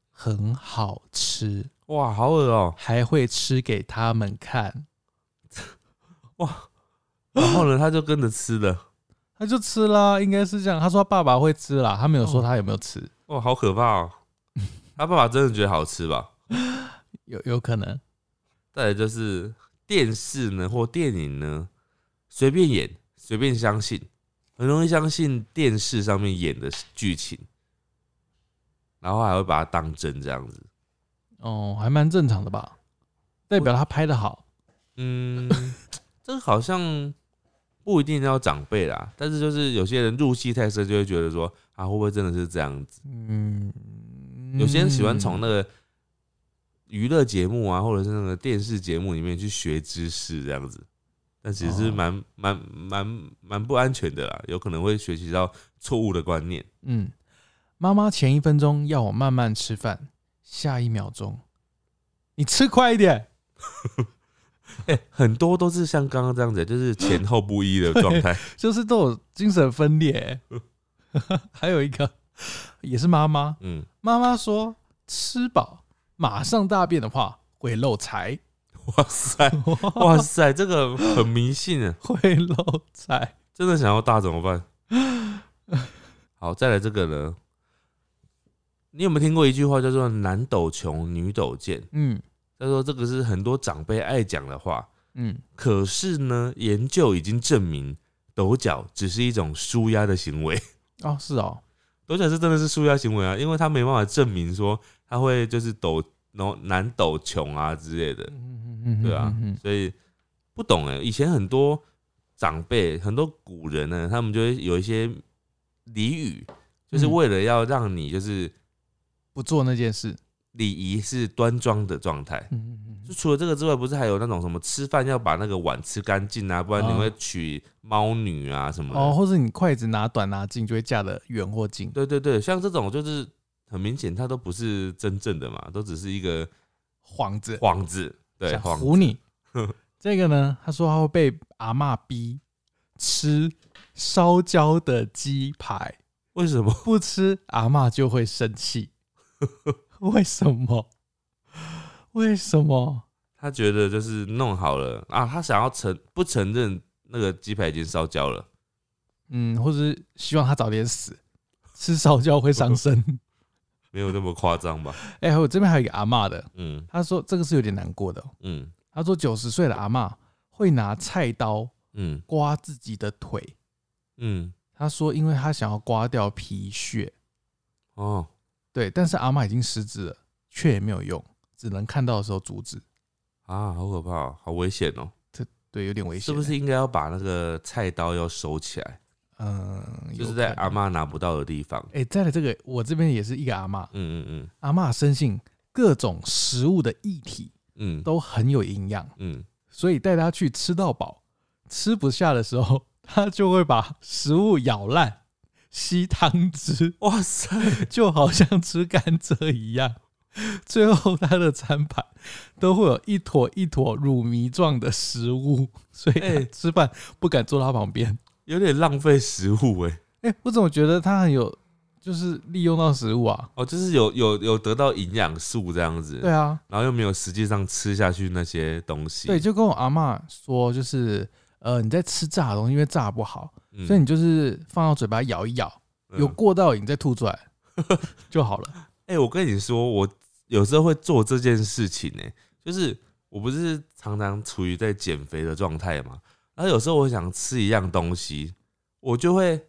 很好吃，哇，好恶哦、还会吃给他们看，然后呢，他就跟着吃了，他就吃啦，应该是这样。他说他爸爸会吃啦，他没有说哦他有没有吃，哇，好可怕哦、他爸爸真的觉得好吃吧？有有可能，再来就是电视呢或电影呢，随便演，随便相信，很容易相信电视上面演的剧情，然后还会把它当真这样子。哦，还蛮正常的吧，代表他拍的好，嗯， 这个好像不一定要长辈啦，但是就是有些人入戏太深，就会觉得说啊，会不会真的是这样子？嗯，有些人喜欢从那个娱乐节目啊，或者是那个电视节目里面去学知识这样子，但其实是哦蛮蛮蛮蛮不安全的啦，有可能会学习到错误的观念。嗯，妈妈前一分钟要我慢慢吃饭，下一秒钟你吃快一点。哎、很多都是像刚刚这样子，就是前后不一的状态。就是都有精神分裂、 欸。还有一个也是妈妈，嗯，妈妈说吃饱马上大便的话会漏 财，哇塞，哇塞，这个很迷信啊，会漏财。真的想要大怎么办？好，再来这个呢。你有没有听过一句话叫做“男抖穷，女抖贱”？嗯他说这个是很多长辈爱讲的话，嗯，可是呢，研究已经证明，抖脚只是一种舒压的行为。 哦是哦，抖脚是真的是舒压行为啊，因为他没办法证明说他会就是抖，然后男抖穷啊之类的，嗯嗯嗯对啊嗯嗯，所以不懂哎、以前很多长辈、很多古人呢，他们就会有一些俚语，就是嗯为了要让你就是不做那件事。礼仪是端庄的状态。嗯嗯就除了这个之外，不是还有那种什么吃饭要把那个碗吃干净啊，不然你啊会娶猫女啊什么的。哦，或者你筷子拿短拿近，就会架得远或近。对对对，像这种就是很明显，它都不是真正的嘛，都只是一个幌子，幌子。对，想幌唬子。你。 这个呢，他说他会被阿嬷逼吃烧焦的鸡排。为什么？不吃，阿嬷就会生气。为什么？为什么？他觉得就是弄好了啊，他想要承不承认那个鸡排已经烧焦了，嗯，或者是希望他早点死，吃烧焦会伤 身。没有那么夸张吧？哎、我这边还有一个阿嬷的，嗯她说这个是有点难过的哦。嗯她说九十岁的阿嬷会拿菜刀嗯刮自己的腿。嗯，她说，因为她想要刮掉皮屑。哦，对，但是阿嬷已经失智了，却也没有用，只能看到的时候阻止。啊，好可怕、哦，好危险哦！对，有点危险。欸是不是？应该要把那个菜刀要收起来，嗯，有就是在可能阿。妈拿不到的地方？哎、再来这个，我这边也是一个阿嬷，嗯嗯阿嬷深信各种食物的液体嗯嗯都很有营养，嗯，所以带她去吃到饱。吃不下的时候，她就会把食物咬烂，吸汤汁，哇塞！就好像吃甘蔗一样。 最后，她的餐盘都会有一坨一坨乳糜状的食物，所以她哎吃饭不敢坐她旁边。有点浪费食物哎、哎、我怎么觉得她很有，就是利用到食物啊？哦，就是有有有得到营养素这样子，对啊，然后又没有实际上吃下去那些东西，对，就跟我阿嬷说，就是呃，你在吃炸的东西，因为炸不好，嗯所以你就是放到嘴巴咬一咬，嗯有过到瘾再吐出 来就好了。哎、我跟你说，我有时候会做这件事情呢、就是我不是常常处于在减肥的状态嘛，然后有时候我想吃一样东西，我就会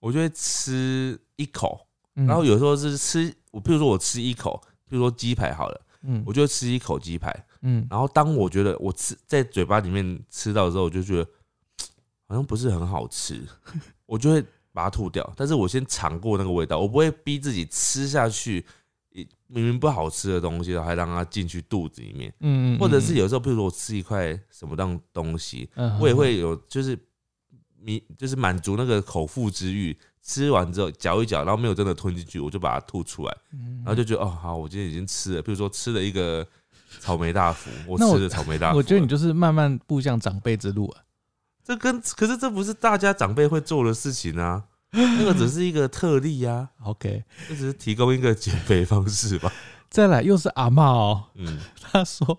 我就会吃一口，嗯然后有时候是吃我，譬如说我吃一口，譬如说鸡排好了，嗯我就会吃一口鸡排，嗯，然后当我觉得我吃在嘴巴里面吃到的时候，我就觉得好像不是很好吃， 我就会把它吐掉。但是我先尝过那个味道，我不会逼自己吃下去，一明明不好吃的东西，然后还让它进去肚子里面。嗯，嗯或者是，有时候，譬如说我吃一块什么样东西，嗯我也，会有就是你就是满足那个口腹之欲，吃完之后嚼一嚼，然后没有真的吞进去，我就把它吐出来，然然后就觉得哦好，我今天已经吃了，譬如说吃了一个草莓大福，我那我吃了草莓大福了，我觉得你就是慢慢步向长辈之路啊。这跟可是这不是大家长辈会做的事情啊，那个只是一个特例啊， OK，这只是提供一个减肥方式吧，再来又是阿嬷哦， 嗯她说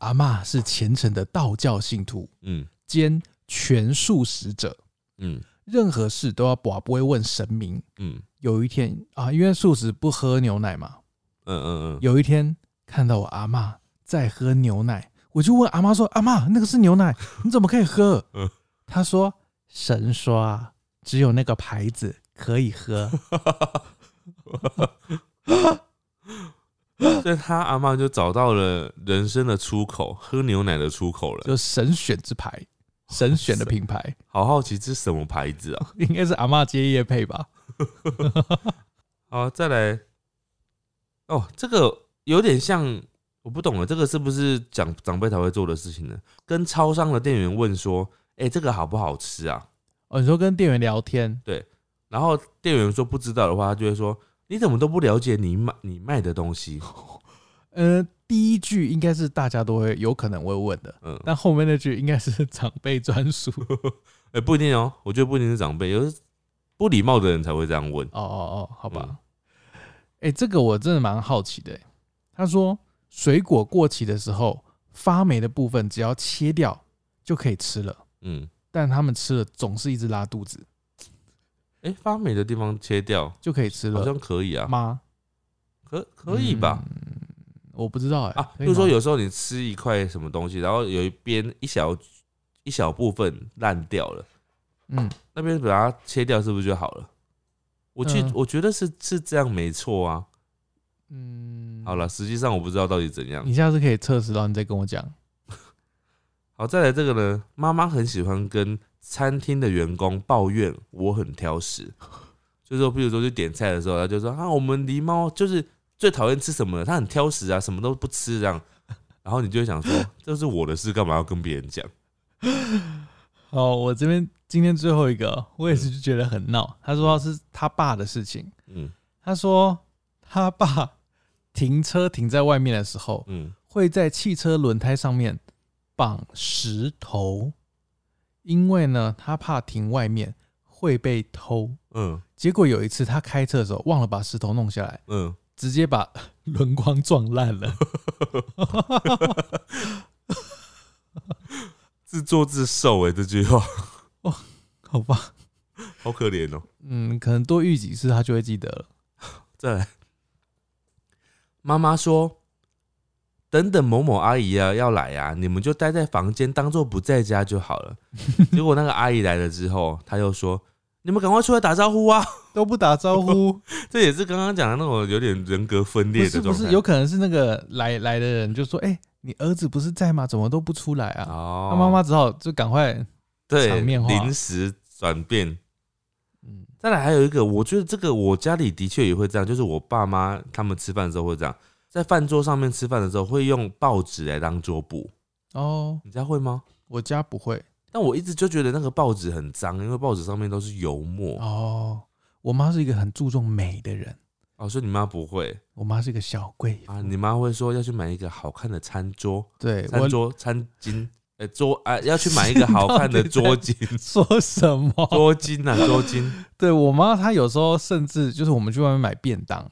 阿嬷是虔诚的道教信徒嗯兼全素食者，嗯任何事都要把不会问神明。嗯有一天啊，因为素食不喝牛奶嘛，嗯嗯嗯，有一天看到我阿嬷在喝牛奶，我就问阿妈说：“阿嬷，那个是牛奶， 你怎么可以喝嗯？”她说：“神说啊，只有那个牌子可以喝。所以他阿妈就找到了人生的出口，喝牛奶的出口”了。就神选之牌，神选的品牌好好奇这是什么牌子啊？应该是阿嬷接业配吧？好，再来。哦，这个有点像，我不懂了，这个是不是长长辈才会做的事情呢？跟超商的店员问说：“哎、这个好不好吃啊？”哦，你说跟店员聊天，然后店员说不知道的话，他就会说：“你怎么都不了解你卖你卖的东西呃，第一句应该是大家都会有可能会问的？”，嗯， 但后面那句应该是 长辈专属。哎、不一定哦，我觉得不一定是长辈，有时不礼貌的人才会这样问。哦哦哦，好吧。哎、这个我真的蛮好奇的欸、他说，水果过期的时候，发霉的部分只要切掉就可以吃了，嗯，但他们吃了总是一直拉肚子，哎、发霉的地方切掉就可以吃好了像可以啊，吗？可可以吧？嗯我不知道哎、啊，可比以如说吗有时候你吃一块什么东西，然后有一边一小一小部分烂掉了，嗯，那边把它切掉是不是就好了？我去，嗯我觉得是是这样没错啊。嗯，好了，，实际上我不知道到底怎样。你下次可以测试到，你再跟我讲。好，再来这个呢，妈妈很喜欢跟餐厅的员工抱怨我很挑食，就是说，比如说去点菜的时候，他就说啊，我们狸猫就是最讨厌吃什么了，他很挑食啊，什么都不吃这样。然后你就会想说，这是我的事，干嘛要跟别人讲？哦，我这边今天最后一个，我也是就觉得很闹。他说是他爸的事情，嗯他说他爸停车停在外面的时候，嗯，会在汽车轮胎上面绑石头，因为呢，他怕停外面会被偷。嗯结果有一次他开车的时候忘了把石头弄下来，嗯，直接把 轮框撞烂 了。自作自受哎、这句话好吧，好可怜哦、嗯，可能多遇几次他就会记得了。再来，妈妈说：“等等，某某阿姨啊要来啊，你们就待在房间，当做不在家就好 了。”结果那个阿姨来了之后，她又说：“你们赶快出来打招呼啊 都不打招呼，！”这也是刚刚讲的那种有点人格分不裂是的不状是，态。有可能是那个来来的人就说：“哎、你儿子不是在吗？怎么都不出来啊？”哦，嗯他妈妈只好就赶快，对场面化临时转变。嗯再来还有一个，我觉得这个我家里的确也会这样，就是我爸妈他们吃饭的时候会这样，在饭桌上面吃饭的时候会用报纸来当桌布，哦，你家会吗？我家不会但我一直就觉得那个报纸很脏，因为报纸上面都是油墨。哦，哦，我妈是一个很注重美的人。哦所以你妈不会我妈是一个小贵妇，啊？你妈会说要去买一个好看的餐桌、对餐 我桌、餐巾，呃、桌啊，要去买一个好看的桌巾、说什么？ 桌巾啊，桌巾。对我妈，她有时候甚至就是我们去外面买便当，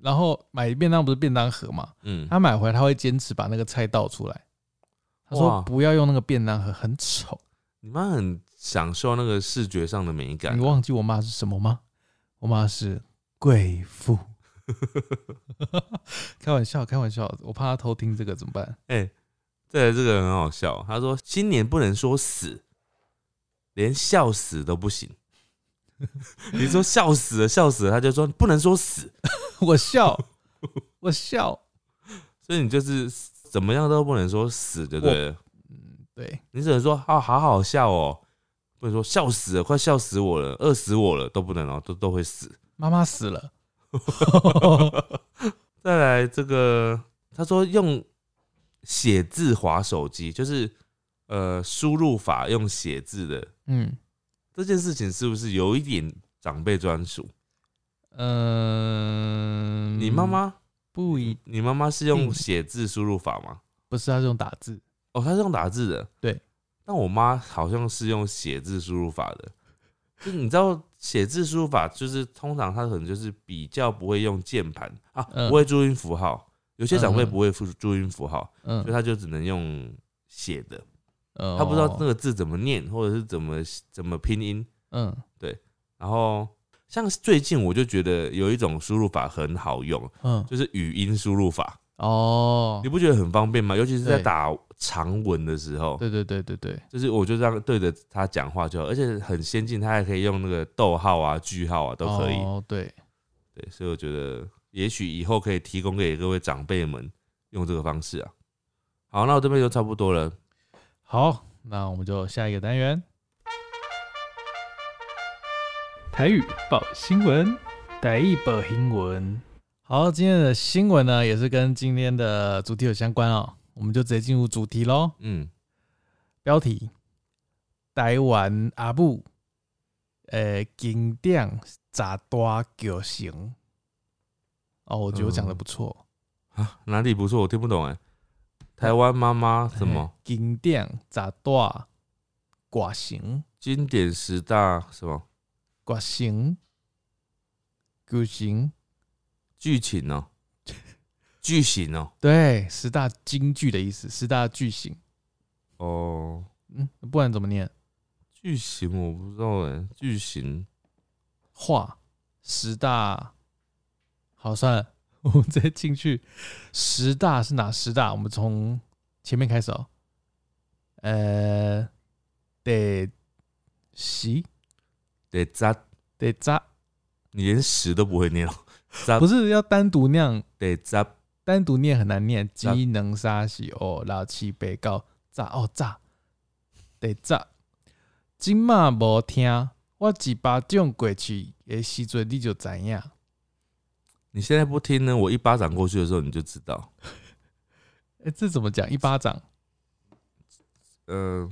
然后买便当不是便当盒嘛，嗯，她买回来她会坚持把那个菜倒出来，她说哇不要用那个便当盒，很丑。你妈很享受那个视觉上的美感啊你。忘记我妈是什么吗？我妈是贵妇。 开玩笑，开玩笑，我怕她偷听这个怎么办？哎、再来这个很好笑，他说新年不能说死，连笑死都不行。 你说笑死了，笑死了，他就说不能说死， 我笑，我笑，所以你就是怎么样都不能说死，对不对？嗯，对，你只能说啊，好好笑哦，不能说笑死了，快笑死我了，饿死我了，都不能哦，都都会死。妈妈死 了，再来这个，他说用写字划手机，就是呃输入法用写字的嗯，这件事情，是不是有一点长辈专属？嗯，你妈妈，不一你妈妈是用嗯写字输入法吗？不是要用打字，哦，她是用打字的。对，但我妈好像是用写字输入法的。就你知道写字输入法，就是通常她可能就是比较不会用键盘啊，嗯不会注音符号。有些长辈嗯嗯不会注注音符号，嗯所以，他就只能用写的。呃他不知道那个字怎么念，或者是怎么怎么拼音。嗯，然后像最近我就觉得有一种输入法很好用，嗯，就是语音输入法，哦你，不觉得很方便吗？尤其是在对打长文的时候，对对对对对，就是我就这样对着他讲话就好，而且很先进，他还可以用那个逗号啊、句号啊都可以。哦，对，对，所以我觉得也许以后可以提供给各位长辈们用这个方式啊。好，那我这边就差不多了。好，那我们就下一个单元，台语报新闻，台语报新闻，好，今天的新闻呢也是跟今天的主题有相关哦，我们就直接进入主题喽。嗯，标题：台湾阿母，呃诶、景点砸大桥型。哦，我觉得我讲的嗯不错。啊，哪里不错？我听不懂哎。台湾妈妈什么？ 嘿？景点砸大挂型，经典十大什么挂型，狗型。剧情 哦、剧情哦、对，十大京剧的意思，十大剧型。哦，嗯，不然怎么念？剧情我不知道哎、剧情画十大，好算了， 我们直接进去。十大是哪十大？我们从前面开始哦。呃，得十，得扎，得扎，你连十都不会念哦、扎不是要单独念，得扎单独念很难念。扎机能沙喜哦，老七被告炸哦炸，得炸。今嘛无听，我一巴掌过去的时阵你就知影。你现在不听呢，我一巴掌过去的时候你就知道。哎、这怎么讲？一巴掌嗯、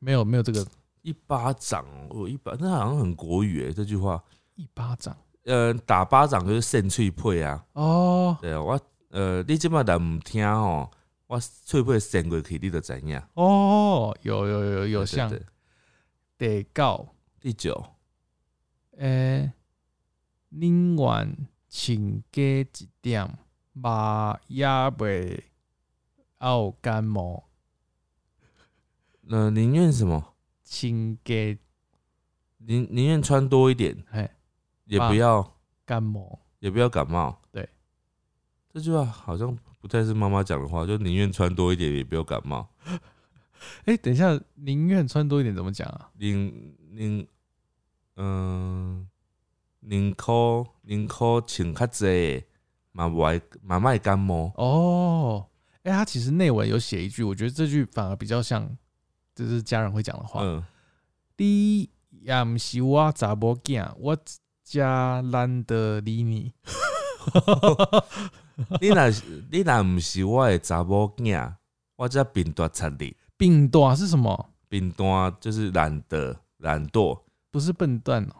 没有没有这个一巴掌，哦我一巴，那好像很国语哎、这句话。一巴掌呃，打巴掌就是扇脆配啊。哦对啊，我呃，你即摆若毋听吼，我脆配扇过去，你就知影。哦，有有有有对像对对得告第九，诶，宁愿请假一点，嘛也袂熬感冒，呃，宁愿什么？请假宁宁愿穿多一点，嘿也爸不要感冒也不要感冒。对，这句话好像不太是妈妈讲的话，就宁愿穿多一点，也不要感冒。诶，等一下，宁愿穿多一点怎么讲啊？宁宁，嗯，宁可宁可穿较济，嘛不爱嘛卖感冒。哦，诶，他其实内文有写一句，我觉得这句反而比较像，就是家人会讲的话。嗯，你也毋是我查某囝，我家懒得理 你。你若是你若毋是我的查某囝，我则贫惰插你。病惰是什么？贫惰就是懒得懒惰，不是笨蛋哦，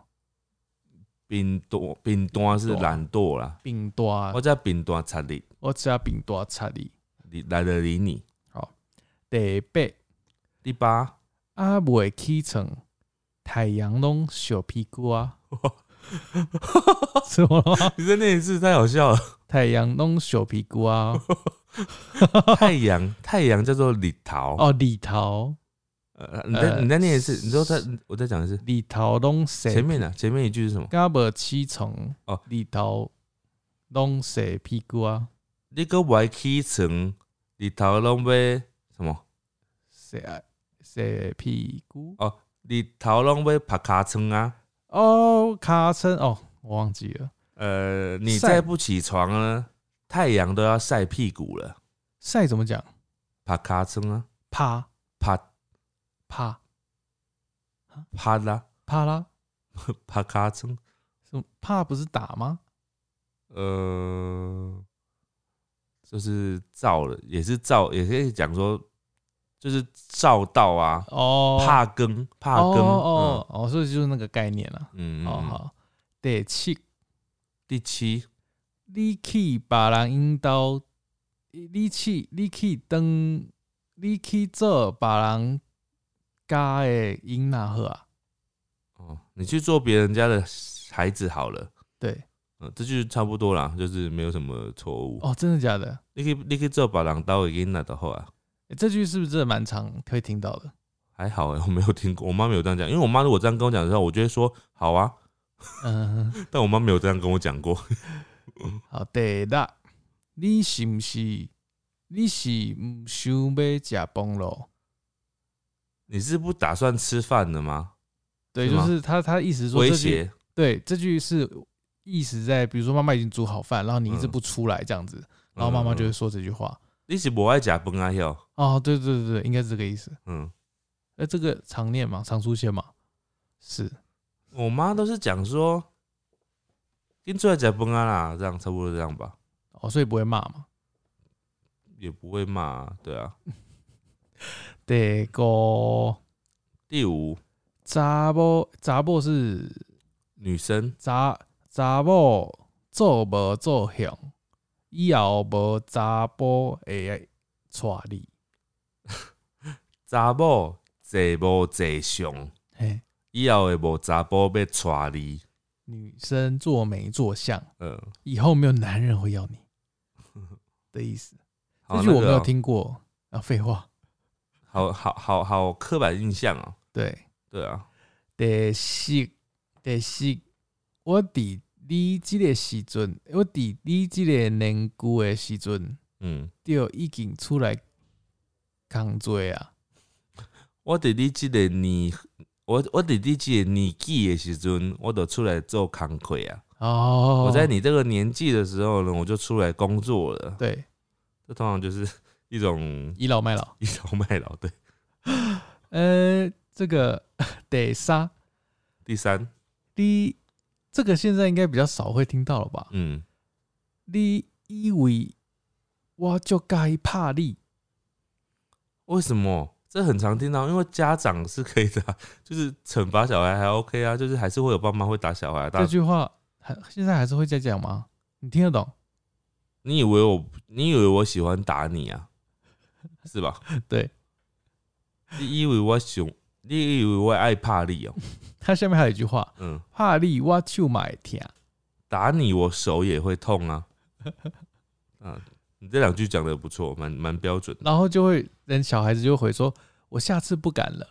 贫惰贫惰是懒惰啦。病惰我。则贫惰插你，我只要病惰差你。你懒得理你。第八，第八，啊未起床，太阳拢小屁股 啊。什么啦？ 你在那一次太好笑了。太阳拢小屁股啊？太阳，太阳叫做李桃。哦，里头呃，你再呃你再念一次，你说再我再讲一次。里头拢谁？前面的、前面一句是什么？刚未起床哦，里头拢谁屁股啊？你个歪起床，李桃拢要什么？谁爱谁屁股？李桃拢要爬卡床啊！哦，卡称哦，我忘记了。呃，你晒啊再不起床呢，太阳都要晒屁股了。赛怎么讲？帕卡称啊，啪帕啪帕 拉啪啦，帕卡称，什么啪不是打吗？呃，就是造了，也是造，也可以讲说，就是造道啊，哦，怕更怕哦更，哦哦，所以就是那个概念了。嗯嗯，哦嗯好，第七，第七你去把人引导，你去你去当，你去做把人家的引哪好啊？哦，你去做别人家的孩子好了，对，嗯，这就差不多啦，就是没有什么错误。哦，真的假的？你可以你可以做把人刀给拿的后啊，欸这句是不是真的蛮常会听到 的？还好哎、我没有听过，我妈没有这样讲，因为我妈如果这样跟我讲的时候，我就会说好啊，嗯，但我妈没有这样跟我讲过。好，第六，你是不是你是唔想要食崩咯？你是不打算吃饭了吗？对，是就吗是他他意思是说威这句胁，对，这句是意思在，比如说妈妈已经煮好饭，然后你一直嗯不出来这样子，然后妈妈就嗯会嗯说这句话。你是不爱假崩啊哟，哦，对对对对，应该是这个意思。嗯，哎，这个常念嘛，常出现嘛，是我妈都是讲说，跟出来假崩啊啦，这样差不多这样吧，哦，所以不会骂嘛。也不会骂啊、对啊。第个第五，查某查某是女生查查某做无做向，以后无查甫会娶你。查某坐无坐相，嘿，以后会无查甫要娶你，女生做没做相，嗯，以后没有男人会 要你的意思。好这句我那没个有哦听过啊，废话。好好好好刻板印象哦。对，对啊，第四，第四，我伫你即个时阵，我伫你即个年纪的时阵，嗯，就已经出来工作啊。我伫你即个年，我我伫你即个年纪的时阵，我就出来做工课啊。哦，我在你这个年纪的时候呢，我就出来工作了。对这通常就是一种倚老卖老。倚老卖老。对，呃，这个 第三，第三，你这个现在应该比较少会听到了吧？嗯，你以为我就该怕你？为什么？这很常听到，因为家长是可以的啊，就是惩罚小孩还 OK 啊，就是还是会有爸妈会打小孩啊。这但句话还现在还是会再讲吗？你听得懂？你以为我，你以为我喜欢打你啊？是吧？对，你以为我熊，你以为我爱怕你哦、它下面还有一句话：嗯，怕你我就买疼。打你我手也会痛啊。嗯，你这两句讲的不错，蛮蛮标准的。然后就会人小孩子就会回说：“我下次不敢了。”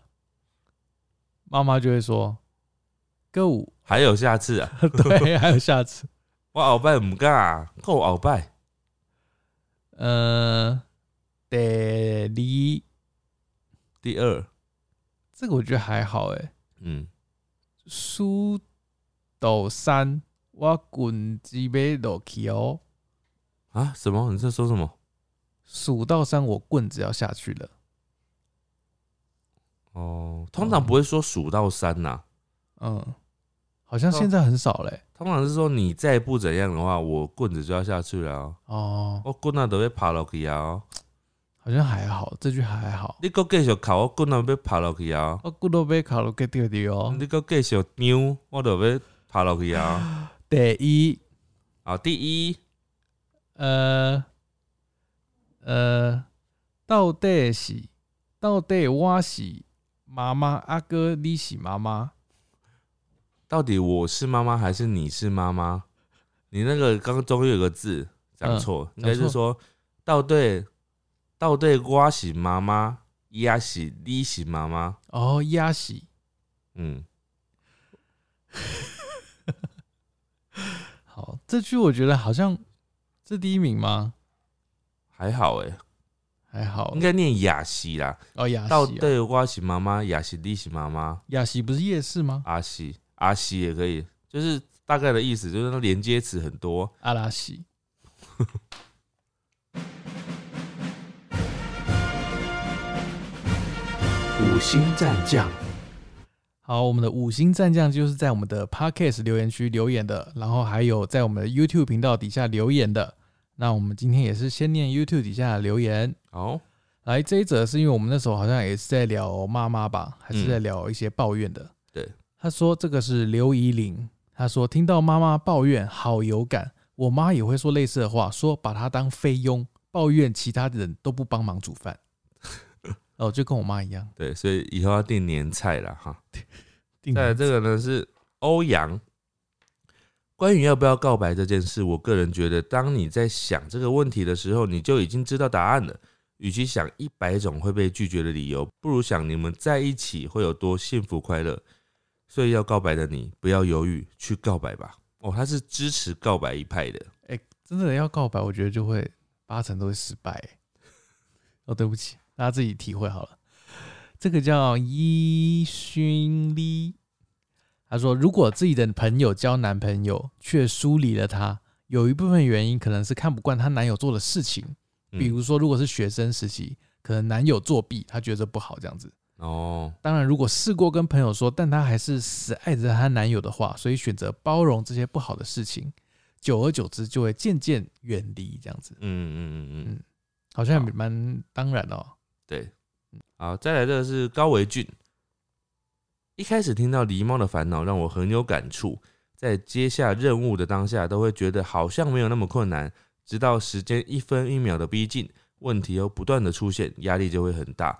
妈妈就会说：“歌舞还有下次啊，对， 还有下次。我鳌拜唔干啊，够鳌拜。”呃，得离第二，这个我觉得还好欸诶、嗯，苏斗山，我滚几杯落去哦。啊，什么？你在说什么？数到三，我棍子要下去了。哦，通常不会说数到三呐、嗯，好像现在很少嘞、通常是说你再不怎样的话，我棍子就要下去了哦、哦，我棍啊都被爬落去啊、哦！好像还好，这句还好。你够继续考，我棍啊被爬落去啊、哦！我骨头被烤了给丢丢哦。你够继续扭，我就被爬落去啊、哦！第一，好，第一，呃，呃，到底是到底我是妈妈，阿哥你是妈妈，到底我是妈妈还是你是妈妈？你那个刚刚终于有个字讲错，应该嗯讲是错说到对到对我是妈妈，也是你是妈妈。哦，鸭喜，嗯，好，这句我觉得好像是第一名吗？还好哎，还好应，该念雅西啦。哦，鸭到喜、哦，对我是妈妈，也是你是妈妈，鸭喜不是夜市吗？阿西阿西也可以，就是大概的意思，就是那连啊接词很多。阿拉西。五星战将。好，我们的五星战将就是在我们的 podcast 留言区留言的，然后还有在我们的 YouTube 频道底下留言的。那我们今天也是先念 YouTube 底下的留言。好，来，这一则是因为我们那时候好像也是在聊妈妈吧，还是嗯在聊一些抱怨的。对，他说这个是刘怡玲，他说听到妈妈抱怨好有感，我妈也会说类似的话，说把她当菲佣，抱怨其他人都不帮忙煮 饭。哦，就跟我妈一样。对，所以以后要订年菜了哈。嗯再来这个呢是欧阳。关于要不要告白这件事，我个人觉得，当你在想这个问题的时候，你就已经知道答案了。与其想一百种会被拒绝的理由，不如想你们在一起会有多幸福快乐。所以要告白的你，不要犹豫，去告白吧。哦，他是支持告白一派的。哎、真的要告白，我觉得就会八成都会失败欸、哦，对不起，大家自己体会好了。这个叫伊勋利，他说，如果自己的朋友交男朋友却疏离了他，有一部分原因可能是看不惯她男友做的事情，嗯比如说如果是学生时期，可能男友作弊，她觉得不好这样子。哦，当然，如果试过跟朋友说，但她还是死爱着她男友的话，所以选择包容这些不好的事情，久而久之就会渐渐远离这样子，嗯嗯嗯嗯，好像也蛮当然的哦。对，好，再来这个是高维俊。一开始听到狸猫的烦恼，让我很有感触。在接下任务的当下，都会觉得好像没有那么困难，直到时间一分一秒的逼近，问题又不断的出现，压力就会很大，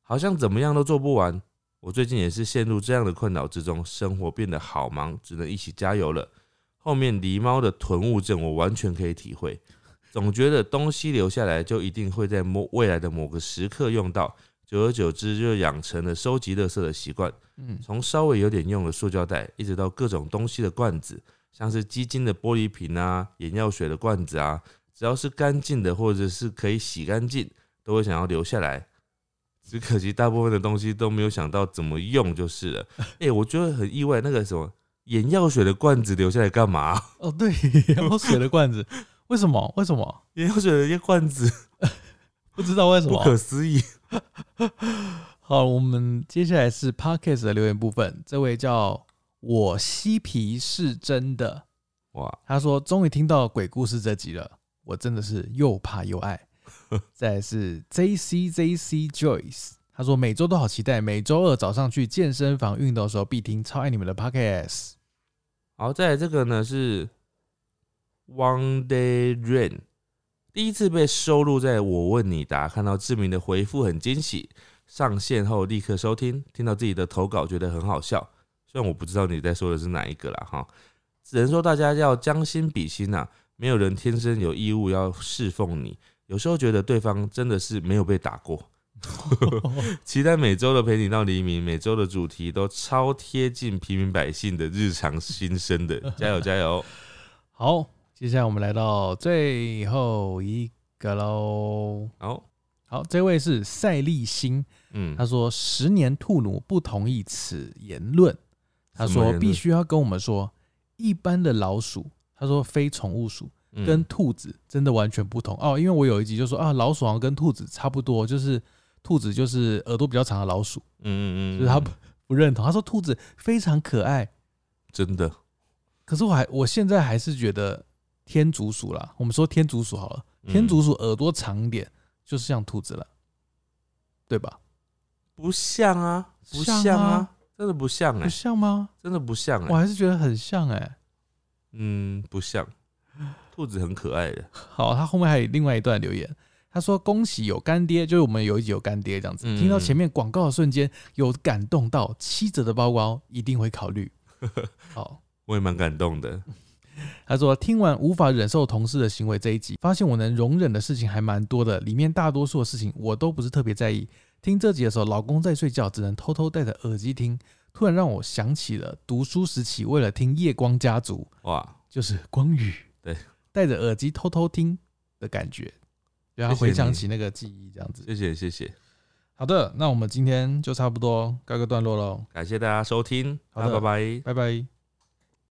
好像怎么样都做不完。我最近也是陷入这样的困扰之中，生活变得好忙，只能一起加油了。后面狸猫的囤物症，我完全可以体会。总觉得东西留下来就一定会在某未来的某个时刻用到，久而久之就养成了收集垃圾的习惯。嗯，从稍微有点用的塑胶袋，一直到各种东西的罐子，像是鸡精的玻璃瓶啊、眼药水的罐子啊，只要是干净的或者是可以洗干净，都会想要留下来。只可惜大部分的东西都没有想到怎么用就是了。哎、我觉得很意外，那个什么眼药水的罐子留下来干嘛？啊哦对， 然后水的罐子，为什么？为什么？ 眼药水的一些罐子，不知道为什不么。可思议。好，我们接下来是 podcast 的留言部分，这位叫我嬉皮是真的，哇，他说：“终于听到鬼故事这集了，我真的是又怕又 爱。”再来是 J C J C Joyce，他说每周都好期待，每周二早上去健身房运动的时候必听，超爱你们的 Podcast。好，再来这个呢是 One Day Rain，第一次被收录在我问你答，看到志明的回复很惊喜，上线后立刻收听，听到自己的投稿觉得很好笑，虽然我不知道你在说的是哪一个啦哈，只能说大家要将心比心呐、没有人天生有义务要侍奉你，有时候觉得对方真的是没有被打过。期待每周的陪你到黎明，每周的主题都超贴近平民百姓的日常心声 的，加油加油！好，接下来我们来到最后一个喽。好，好，这位是赛立新，嗯他，说：“十年兔奴不同意此言论。”他什说：“么言论必须要跟我们说，一般的老鼠，他说非宠物鼠，嗯跟兔子真的完全不同哦。因为我有一集就说啊，老鼠好像跟兔子差不多，就是兔子就是耳朵比较长的老鼠，嗯嗯嗯，就是他不不认同。他说兔子非常可爱，真的可是我还我现在还是觉得天竺鼠啦，我们说天竺鼠好了，嗯天竺鼠耳朵长一点，就是像兔子了，对吧？不像啊，不像啊，像啊真的不像哎、不像吗？真的不像哎、我还是觉得很像哎、嗯，不像。兔子很可爱的，好，他后面还有另外一段留言，他说恭喜有干爹，就是我们有一集有干爹这样子。嗯听到前面广告的瞬间有感动到，七折的包包一定会考虑。好，我也蛮感动的。他说听完无法忍受同事的行为这一集，发现我能容忍的事情还蛮多的，里面大多数的事情我都不是特别在意。听这集的时候，老公在睡觉，只能偷偷戴着耳机听。突然让我想起了读书时期，为了听《夜光家族》，哇，就是光宇，对，戴着耳机偷偷听的感觉，然后谢谢回想你起那个记忆这样子。谢谢谢谢，好的，那我们今天就差不多告一个段落喽，感谢大家收听，好那的拜拜拜。拜。